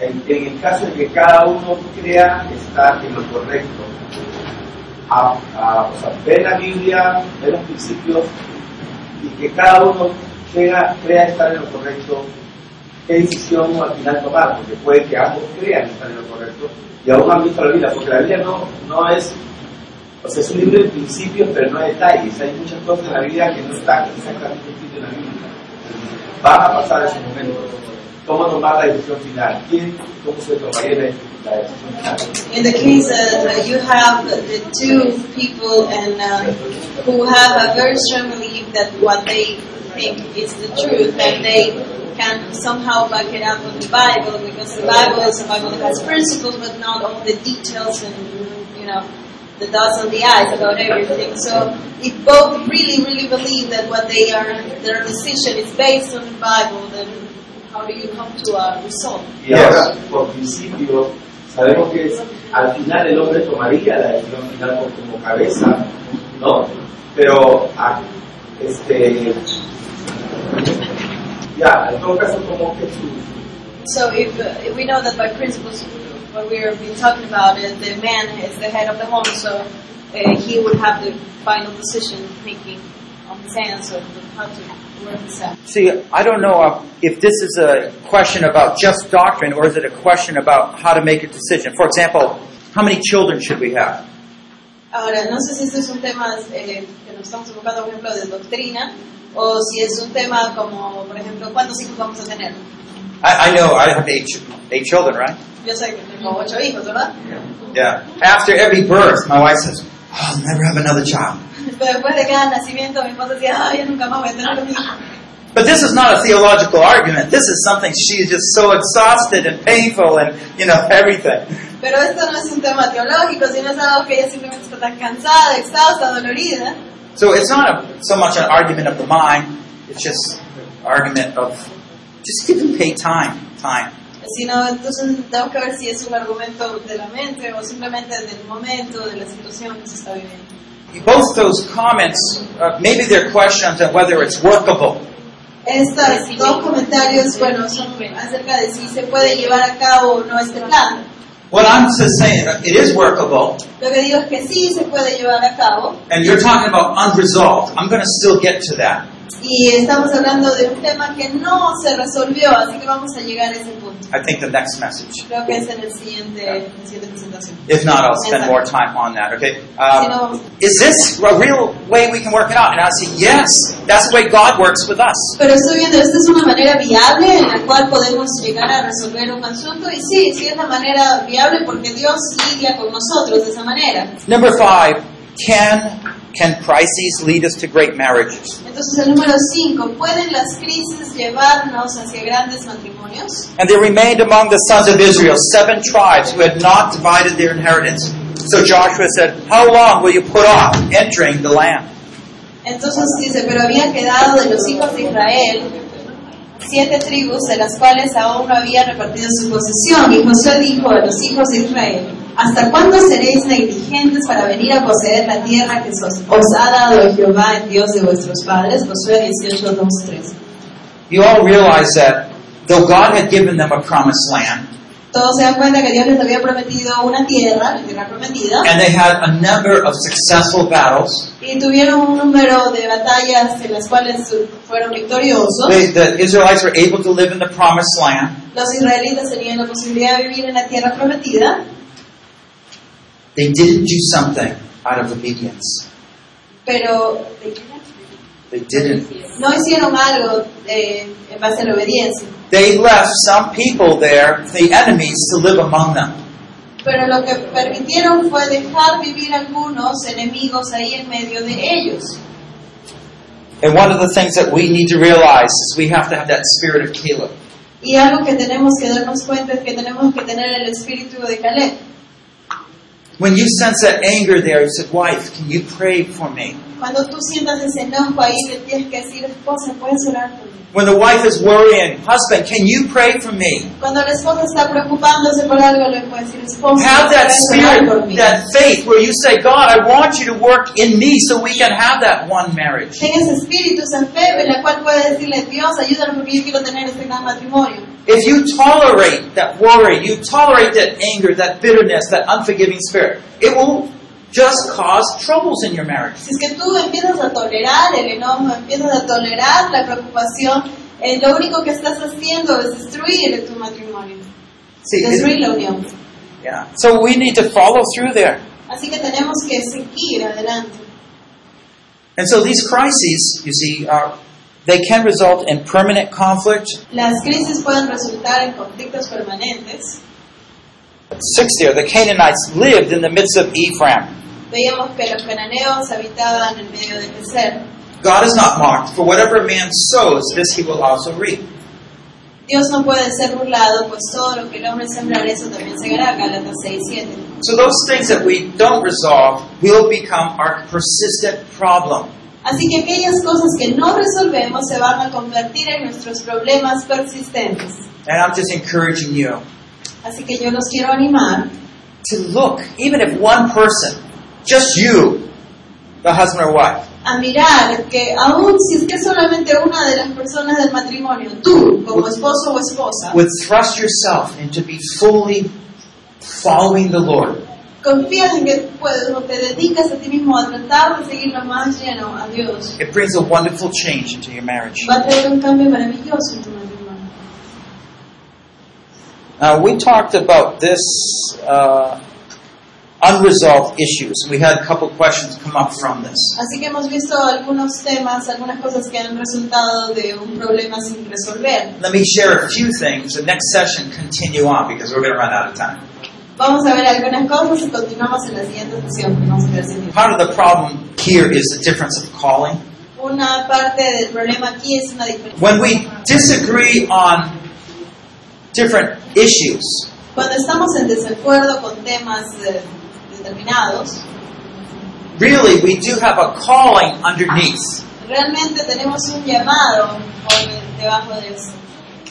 [SPEAKER 4] en, en el caso de que cada uno crea estar en lo correcto, a- a- o sea, ver la Biblia, ver los principios y que cada uno crea, crea estar en lo correcto, ¿qué decisión al final tomar? Porque puede que ambos crean estar en lo correcto y aún han visto la Biblia, porque la Biblia no, no es o sea, es un libro de principios, pero no de detalles. Hay muchas cosas en la vida que no están exactamente escritas en la Biblia. Van a pasar esos momentos. ¿Cómo tomar la decisión final? ¿Quién, ¿Cómo se tomaría la la decisión final?
[SPEAKER 2] In the case that uh, you have the two people and uh, who have a very strong belief that what they think is the truth and they can somehow back it up with the Bible because the Bible is a Bible that has principles but not all the details and you know the dots on the i's about everything. So if both really really believe that what they are their decision is based on the Bible, then how do you come to a result?
[SPEAKER 4] Y ahora, por principio, sabemos que es, al final el hombre tomaría la decisión final por- como cabeza, ¿no? Pero, a- este. Ya, en todo caso, como que su.
[SPEAKER 2] So if, uh, if we know that by principles, what we have been talking about, is the uh, man is the head of the home, so uh, he would have the final decision making. on his answer with how to work this out.
[SPEAKER 1] See, I don't know uh, if this is a question about just doctrine or is it a question about how to make a decision. For example, how many children should we have?
[SPEAKER 2] Ahora, no sé si este es un tema eh, que nos estamos enfocando, por ejemplo, de doctrina, o si es un tema como, por ejemplo, ¿cuántos hijos vamos a tener?
[SPEAKER 1] I, I know I have eight, eight children, right?
[SPEAKER 2] Yo sé que tengo ocho hijos, ¿verdad?
[SPEAKER 1] Yeah. After every birth, my wife says, "Oh, I'll never have another child.
[SPEAKER 2] Pero después de cada nacimiento, mi esposa decía, ay, yo nunca más voy a tener un hijo.
[SPEAKER 1] But this is not a theological argument. This is something she's just so exhausted and painful and, you know, everything.
[SPEAKER 2] Pero esto no es un tema teológico, sino es algo que ella simplemente está tan cansada, exhausta, dolorida.
[SPEAKER 1] So it's not a, so much an argument of the mind, it's just an argument of just give and pay time, time.
[SPEAKER 2] Sino, entonces tenemos que ver si es un argumento de la mente o simplemente del momento, de la situación que se está viviendo.
[SPEAKER 1] Both those comments, uh, maybe they're questions on whether it's workable.
[SPEAKER 2] Estos dos comentarios, bueno, son acerca de si se puede llevar a cabo o no este plan.
[SPEAKER 1] What I'm just saying, uh, it is workable,
[SPEAKER 2] Lo que digo es que sí se puede llevar a cabo
[SPEAKER 1] and you're talking about unresolved. I'm going to still get to that.
[SPEAKER 2] y estamos hablando de un tema que no se resolvió, así que vamos a llegar a ese punto.
[SPEAKER 1] I think the next message.
[SPEAKER 2] Creo que es en el siguiente, en la siguiente presentación.
[SPEAKER 1] If not, I'll spend more time on that, okay?
[SPEAKER 2] Si no,
[SPEAKER 1] Um,
[SPEAKER 2] vamos-
[SPEAKER 1] is this a real way we can work it out? And I say, yes, that's the way God works with us.
[SPEAKER 2] Pero estoy viendo, esta es una manera viable en la cual podemos llegar a resolver un asunto y sí, sí es la manera viable porque Dios lidia con nosotros de esa manera.
[SPEAKER 1] Number five, can can crises lead us to great marriages?
[SPEAKER 2] Entonces el número 5, ¿pueden las crisis llevarnos hacia grandes matrimonios?
[SPEAKER 1] And there remained among the sons of Israel seven tribes who had not divided their inheritance. So Joshua said, How long will you put off entering the land?
[SPEAKER 2] Entonces dice, pero había quedado de los hijos de Israel siete tribus de las cuales aún no había repartido su posesión. Y Josué dijo a los hijos de Israel, ¿hasta cuándo seréis negligentes para venir a poseer la tierra que os, os ha dado Jehová, el Dios de vuestros padres? Josué 18, 2, 3.
[SPEAKER 1] You all realize that though God had given them a promised land,
[SPEAKER 2] Todos se dan cuenta que Dios les había prometido una tierra, la tierra prometida,
[SPEAKER 1] and they had a number of successful battles,
[SPEAKER 2] y tuvieron un número de batallas en las cuales fueron victoriosos.
[SPEAKER 1] they, the Israelites were able to live in the promised land,
[SPEAKER 2] Los israelitas tenían la posibilidad de vivir en la tierra prometida,
[SPEAKER 1] they didn't do something out of obedience.
[SPEAKER 2] pero
[SPEAKER 1] They didn't.
[SPEAKER 2] no hicieron algo eh, en base a la obediencia.
[SPEAKER 1] They left some people there, the enemies, to live among them.
[SPEAKER 2] Pero lo que permitieron fue dejar vivir algunos enemigos ahí en medio de ellos.
[SPEAKER 1] And one of the things that we need to realize is we have to have that spirit of Caleb.
[SPEAKER 2] Y algo que tenemos que darnos cuenta es que tenemos que tener el espíritu de Caleb.
[SPEAKER 1] When you sense that anger there, you said, Wife, can you pray for me?
[SPEAKER 2] Cuando tú sientas ese enojo ahí, le tienes que decir, esposa, puedes orar por mí.
[SPEAKER 1] When the wife is worrying, Husband, can you pray for me?
[SPEAKER 2] Cuando la esposa está preocupándose por algo, le puedes decir, esposa,
[SPEAKER 1] Have that
[SPEAKER 2] puedes orar por
[SPEAKER 1] spirit,
[SPEAKER 2] mí.
[SPEAKER 1] that faith where you say, God, I want you to work in me so we can have that one marriage.
[SPEAKER 2] Ten ese espíritu, esa fe en la cual puedes decirle, Dios, ayúdame porque yo quiero tener este gran matrimonio.
[SPEAKER 1] If you tolerate that worry, you tolerate that anger, that bitterness, that unforgiving spirit, it will just cause troubles in your marriage.
[SPEAKER 2] Si es que tú empiezas a tolerar el enojo, empiezas a tolerar la preocupación, eh, lo único que estás haciendo es destruir tu matrimonio,
[SPEAKER 1] See,
[SPEAKER 2] destruir
[SPEAKER 1] it-
[SPEAKER 2] la unión.
[SPEAKER 1] yeah. So we need to follow through there.
[SPEAKER 2] Así que tenemos que seguir adelante.
[SPEAKER 1] And so these crises, you see, are, they can result in permanent conflict.
[SPEAKER 2] Las crisis pueden resultar en conflictos permanentes.
[SPEAKER 1] Six there, the Canaanites lived in the midst of Ephraim.
[SPEAKER 2] Veíamos que los cananeos habitaban en medio de Becer.
[SPEAKER 1] God is not mocked, for whatever a man sows, this he will also reap.
[SPEAKER 2] Dios no puede ser burlado, pues todo lo que el hombre sembrar, eso también segará. Gálatas 6 7.
[SPEAKER 1] So those things that we don't resolve will become our persistent problem.
[SPEAKER 2] Así que aquellas cosas que no resolvemos se van a convertir en nuestros problemas persistentes.
[SPEAKER 1] And I'm just encouraging you
[SPEAKER 2] Así que yo los quiero animar
[SPEAKER 1] to look, even if one person, just you, the husband or wife,
[SPEAKER 2] a mirar que aun si es que solamente una de las personas del matrimonio, tú como esposo o esposa,
[SPEAKER 1] would thrust yourself into be fully following the Lord.
[SPEAKER 2] confías en que puedes o te dedicas a ti mismo a tratar de seguirlo más lleno a Dios,
[SPEAKER 1] it brings a wonderful change into your marriage.
[SPEAKER 2] va a traer un cambio maravilloso en tu matrimonio.
[SPEAKER 1] Now, we talked about this uh, unresolved issues. We had a couple questions come up from this.
[SPEAKER 2] Así que hemos visto algunos temas, algunas cosas que han resultado de un problema sin resolver.
[SPEAKER 1] Let me share a few things. The next session, continue on because we're going to run out of time.
[SPEAKER 2] Vamos a ver algunas cosas y continuamos en la siguiente sesión. porque Vamos a quedar sin tiempo.
[SPEAKER 1] Part of the problem here is the difference of calling.
[SPEAKER 2] Una parte del problema aquí es una diferencia.
[SPEAKER 1] When we disagree on different issues,
[SPEAKER 2] Cuando estamos en desacuerdo con temas eh, determinados,
[SPEAKER 1] really we do have a calling underneath.
[SPEAKER 2] realmente tenemos un llamado por debajo de eso.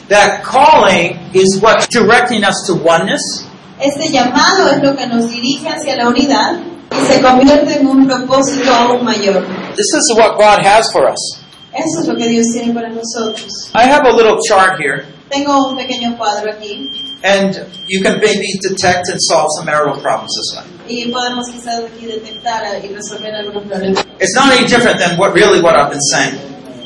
[SPEAKER 1] That calling is what's directing us to oneness,
[SPEAKER 2] Este llamado es lo que nos dirige hacia la unidad y se convierte en un propósito aún mayor.
[SPEAKER 1] This is what God has for us.
[SPEAKER 2] Eso es lo que Dios tiene para nosotros.
[SPEAKER 1] I have a little chart here,
[SPEAKER 2] Tengo un pequeño cuadro aquí
[SPEAKER 1] and you can maybe detect and solve some marital problems this way.
[SPEAKER 2] y podemos quizás aquí detectar y resolver algunos problemas.
[SPEAKER 1] It's not any different than what really what I've been saying.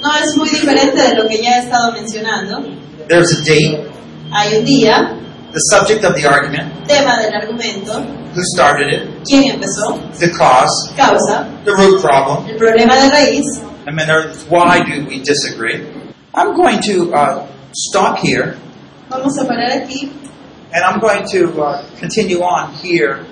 [SPEAKER 2] No es muy diferente de lo que ya he estado mencionando.
[SPEAKER 1] There's a date,
[SPEAKER 2] Hay un día,
[SPEAKER 1] the subject of the argument,
[SPEAKER 2] tema del argumento,
[SPEAKER 1] who started it,
[SPEAKER 2] quién empezó,
[SPEAKER 1] the cause,
[SPEAKER 2] causa,
[SPEAKER 1] the root problem.
[SPEAKER 2] el problema de raíz.
[SPEAKER 1] I mean, there's why do we disagree? I'm going to uh, stop here,
[SPEAKER 2] Vamos a parar aquí
[SPEAKER 1] and I'm going to uh, continue on here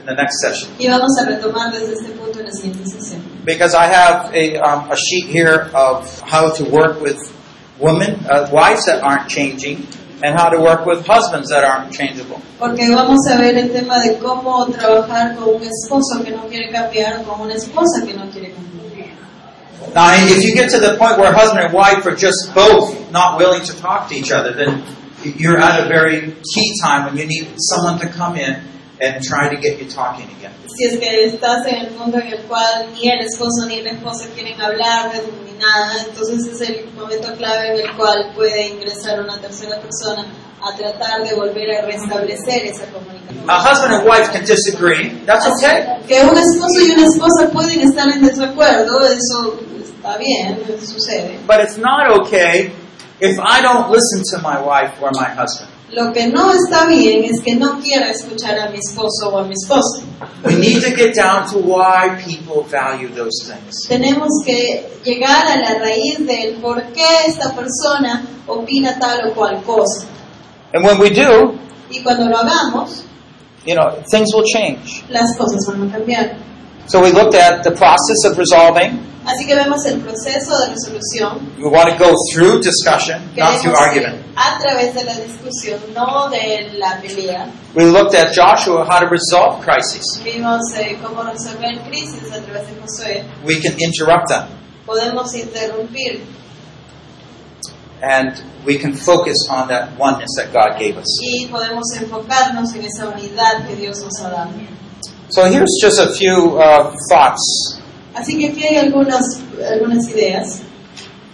[SPEAKER 1] in the next session
[SPEAKER 2] y vamos a retomar desde este punto en la siguiente sesión.
[SPEAKER 1] because I have a, um, a sheet here of how to work with women, uh, wives that aren't changing, and how to work with husbands that aren't changeable.
[SPEAKER 2] Porque vamos a ver el tema de cómo trabajar con un esposo que no quiere cambiar o con una esposa que no quiere cambiar.
[SPEAKER 1] Now, if you get to the point where husband and wife are just both not willing to talk to each other, then you're at a very key time when you need someone to come in and try to get you talking again.
[SPEAKER 2] Si es que estás en el mundo en el cual ni el esposo ni la esposa quieren hablar ni nada, entonces es el momento clave en el cual puede ingresar una tercera persona a tratar de volver a restablecer esa comunicación.
[SPEAKER 1] A husband and wife can disagree. That's
[SPEAKER 2] Así
[SPEAKER 1] okay.
[SPEAKER 2] Que un esposo y una esposa pueden estar en desacuerdo, eso está bien, sucede.
[SPEAKER 1] But it's not okay if I don't listen to my wife or my husband.
[SPEAKER 2] Lo que no está bien es que no quiera escuchar a mi esposo o a mi esposa.
[SPEAKER 1] We need to get down to why people value those things.
[SPEAKER 2] Tenemos que llegar a la raíz del por qué esta persona opina tal o cual cosa.
[SPEAKER 1] And when we do,
[SPEAKER 2] Y cuando lo hagamos,
[SPEAKER 1] you know, things will change.
[SPEAKER 2] las cosas van a cambiar.
[SPEAKER 1] So we looked at the process of resolving.
[SPEAKER 2] Así que vemos el proceso de resolución.
[SPEAKER 1] We want to go through discussion, not
[SPEAKER 2] Queremos
[SPEAKER 1] through argument.
[SPEAKER 2] ir a través de la discusión, no de la pelea.
[SPEAKER 1] We looked at Joshua, how to resolve crises.
[SPEAKER 2] Vimos eh, cómo resolver crisis a través de Josué.
[SPEAKER 1] We can interrupt them
[SPEAKER 2] Podemos interrumpir
[SPEAKER 1] and we can focus on that oneness that God gave us.
[SPEAKER 2] y podemos enfocarnos en esa unidad que Dios nos ha dado.
[SPEAKER 1] So here's just a few uh, thoughts.
[SPEAKER 2] Así que aquí hay algunas, algunas ideas.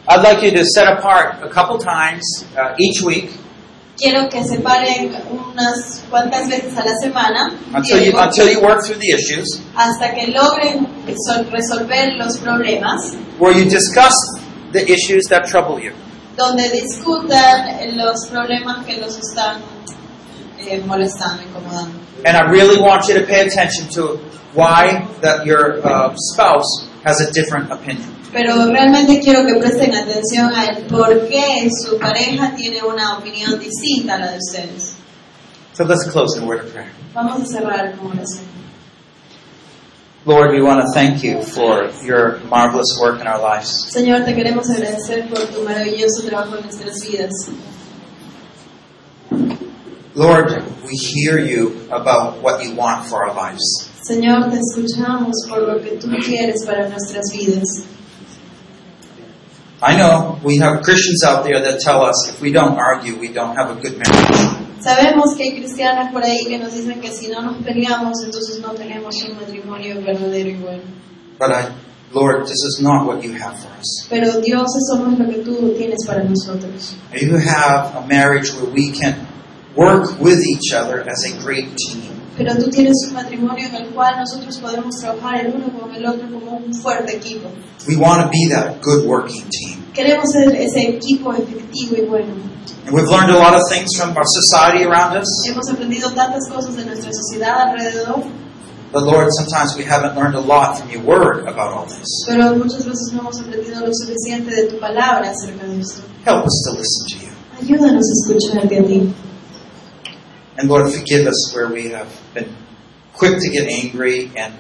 [SPEAKER 1] I'd like you to set apart a couple times uh, each week
[SPEAKER 2] Quiero que separen unas cuantas veces a la semana
[SPEAKER 1] until you,
[SPEAKER 2] tiempo,
[SPEAKER 1] until you work through the issues
[SPEAKER 2] hasta que logren resol- resolver los problemas,
[SPEAKER 1] where you discuss the issues that trouble you.
[SPEAKER 2] donde discutan los problemas que los están eh, molestando, incomodando.
[SPEAKER 1] And I really want you to pay attention to why that your uh, spouse has a different opinion.
[SPEAKER 2] Pero realmente quiero que presten atención al por qué su pareja tiene una opinión distinta a la de ustedes.
[SPEAKER 1] So let's close in a word of prayer.
[SPEAKER 2] Vamos a cerrar con oración.
[SPEAKER 1] Lord, we want to thank you for your marvelous work in our lives.
[SPEAKER 2] Señor, te queremos agradecer por tu maravilloso trabajo en nuestras vidas.
[SPEAKER 1] Lord, we hear you about what you want for our lives.
[SPEAKER 2] Señor, te escuchamos por lo que tú quieres para nuestras vidas.
[SPEAKER 1] I know we have Christians out there that tell us if we don't argue, we don't have a good marriage.
[SPEAKER 2] Sabemos que hay cristianos por ahí que nos dicen que si no nos peleamos, entonces no tenemos un matrimonio verdadero y bueno.
[SPEAKER 1] But I, Lord, this is not what you have for us.
[SPEAKER 2] Pero Dios, eso no es lo que tú tienes para nosotros.
[SPEAKER 1] You have a marriage where we can work with each other as a great team.
[SPEAKER 2] pero tú tienes un matrimonio en el cual nosotros podemos trabajar el uno con el otro como un fuerte equipo.
[SPEAKER 1] We want to be that good working team.
[SPEAKER 2] Queremos ser ese equipo efectivo y bueno.
[SPEAKER 1] And we've learned a lot of things from our society around us.
[SPEAKER 2] Hemos aprendido tantas cosas de nuestra sociedad alrededor,
[SPEAKER 1] But Lord, sometimes we haven't learned a lot from your word about all this.
[SPEAKER 2] pero muchas veces no hemos aprendido lo suficiente de tu palabra acerca de esto.
[SPEAKER 1] Help us to listen to you.
[SPEAKER 2] Ayúdanos a escucharte a ti.
[SPEAKER 1] And Lord, forgive us where we have been quick to get angry and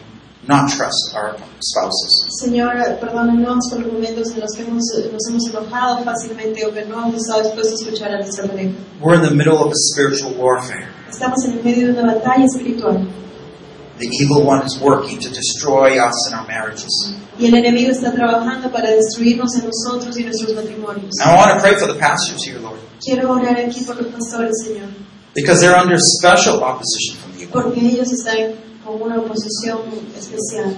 [SPEAKER 1] not trust our spouses.
[SPEAKER 2] Señor, perdónanos por los momentos en los que hemos, nos hemos enojado fácilmente o que no hemos estado dispuestos a escuchar a nuestra pareja.
[SPEAKER 1] We're in the middle of a spiritual warfare.
[SPEAKER 2] Estamos en el medio de una batalla espiritual
[SPEAKER 1] The evil one is working to destroy us and our marriages.
[SPEAKER 2] y el enemigo está trabajando para destruirnos a nosotros y nuestros matrimonios.
[SPEAKER 1] And I want to pray for the pastors here, Lord,
[SPEAKER 2] Quiero orar aquí por los pastores, Señor,
[SPEAKER 1] because they're under special opposition from the evil.
[SPEAKER 2] porque ellos están con una oposición especial.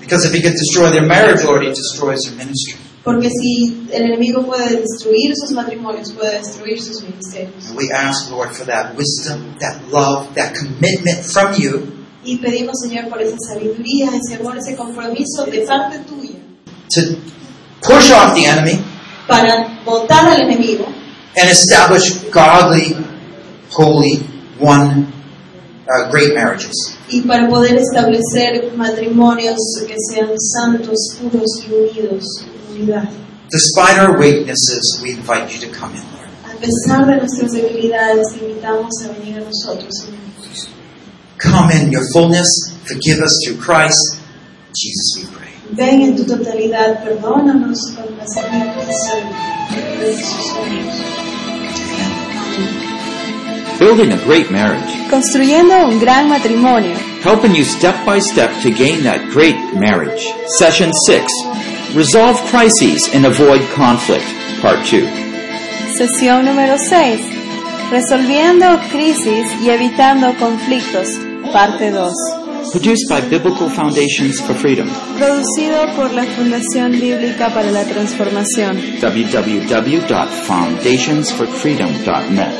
[SPEAKER 1] Because if he could destroy their marriage, Lord, he destroys their ministry.
[SPEAKER 2] Porque si el enemigo puede destruir sus matrimonios, puede destruir sus ministerios.
[SPEAKER 1] And we ask, Lord, for that wisdom, that love, that commitment from you
[SPEAKER 2] Y pedimos, Señor, por esa sabiduría, ese amor, ese compromiso de parte tuya
[SPEAKER 1] to push off the enemy
[SPEAKER 2] para botar al enemigo
[SPEAKER 1] and establish godly, holy, one, uh, great marriages.
[SPEAKER 2] y para poder establecer matrimonios que sean santos, puros y unidos, en unidad.
[SPEAKER 1] Despite our weaknesses, we invite you to come in, Lord.
[SPEAKER 2] A pesar de nuestras debilidades, te invitamos a venir a nosotros, Señor.
[SPEAKER 1] Come in your fullness, forgive us through Christ. Jesus, we pray.
[SPEAKER 2] Ven en tu totalidad, perdónanos con las heridas, Señor. Jesús, Señor.
[SPEAKER 5] Building a great marriage,
[SPEAKER 6] Construyendo un gran matrimonio.
[SPEAKER 5] helping you step by step to gain that great marriage. Session 6 Resolve crises and avoid conflict, Part 2.
[SPEAKER 6] Sesión número 6. Resolviendo crisis y evitando conflictos. Parte 2.
[SPEAKER 5] Produced by Biblical Foundations for Freedom,
[SPEAKER 6] Producido por la Fundación Bíblica para la Transformación.
[SPEAKER 5] www.foundationsforfreedom.net.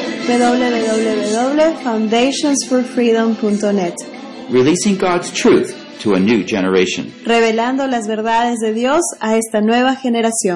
[SPEAKER 6] www.foundationsforfreedom.net.
[SPEAKER 5] Releasing God's truth to a new generation.
[SPEAKER 6] Revelando las verdades de Dios a esta nueva generación.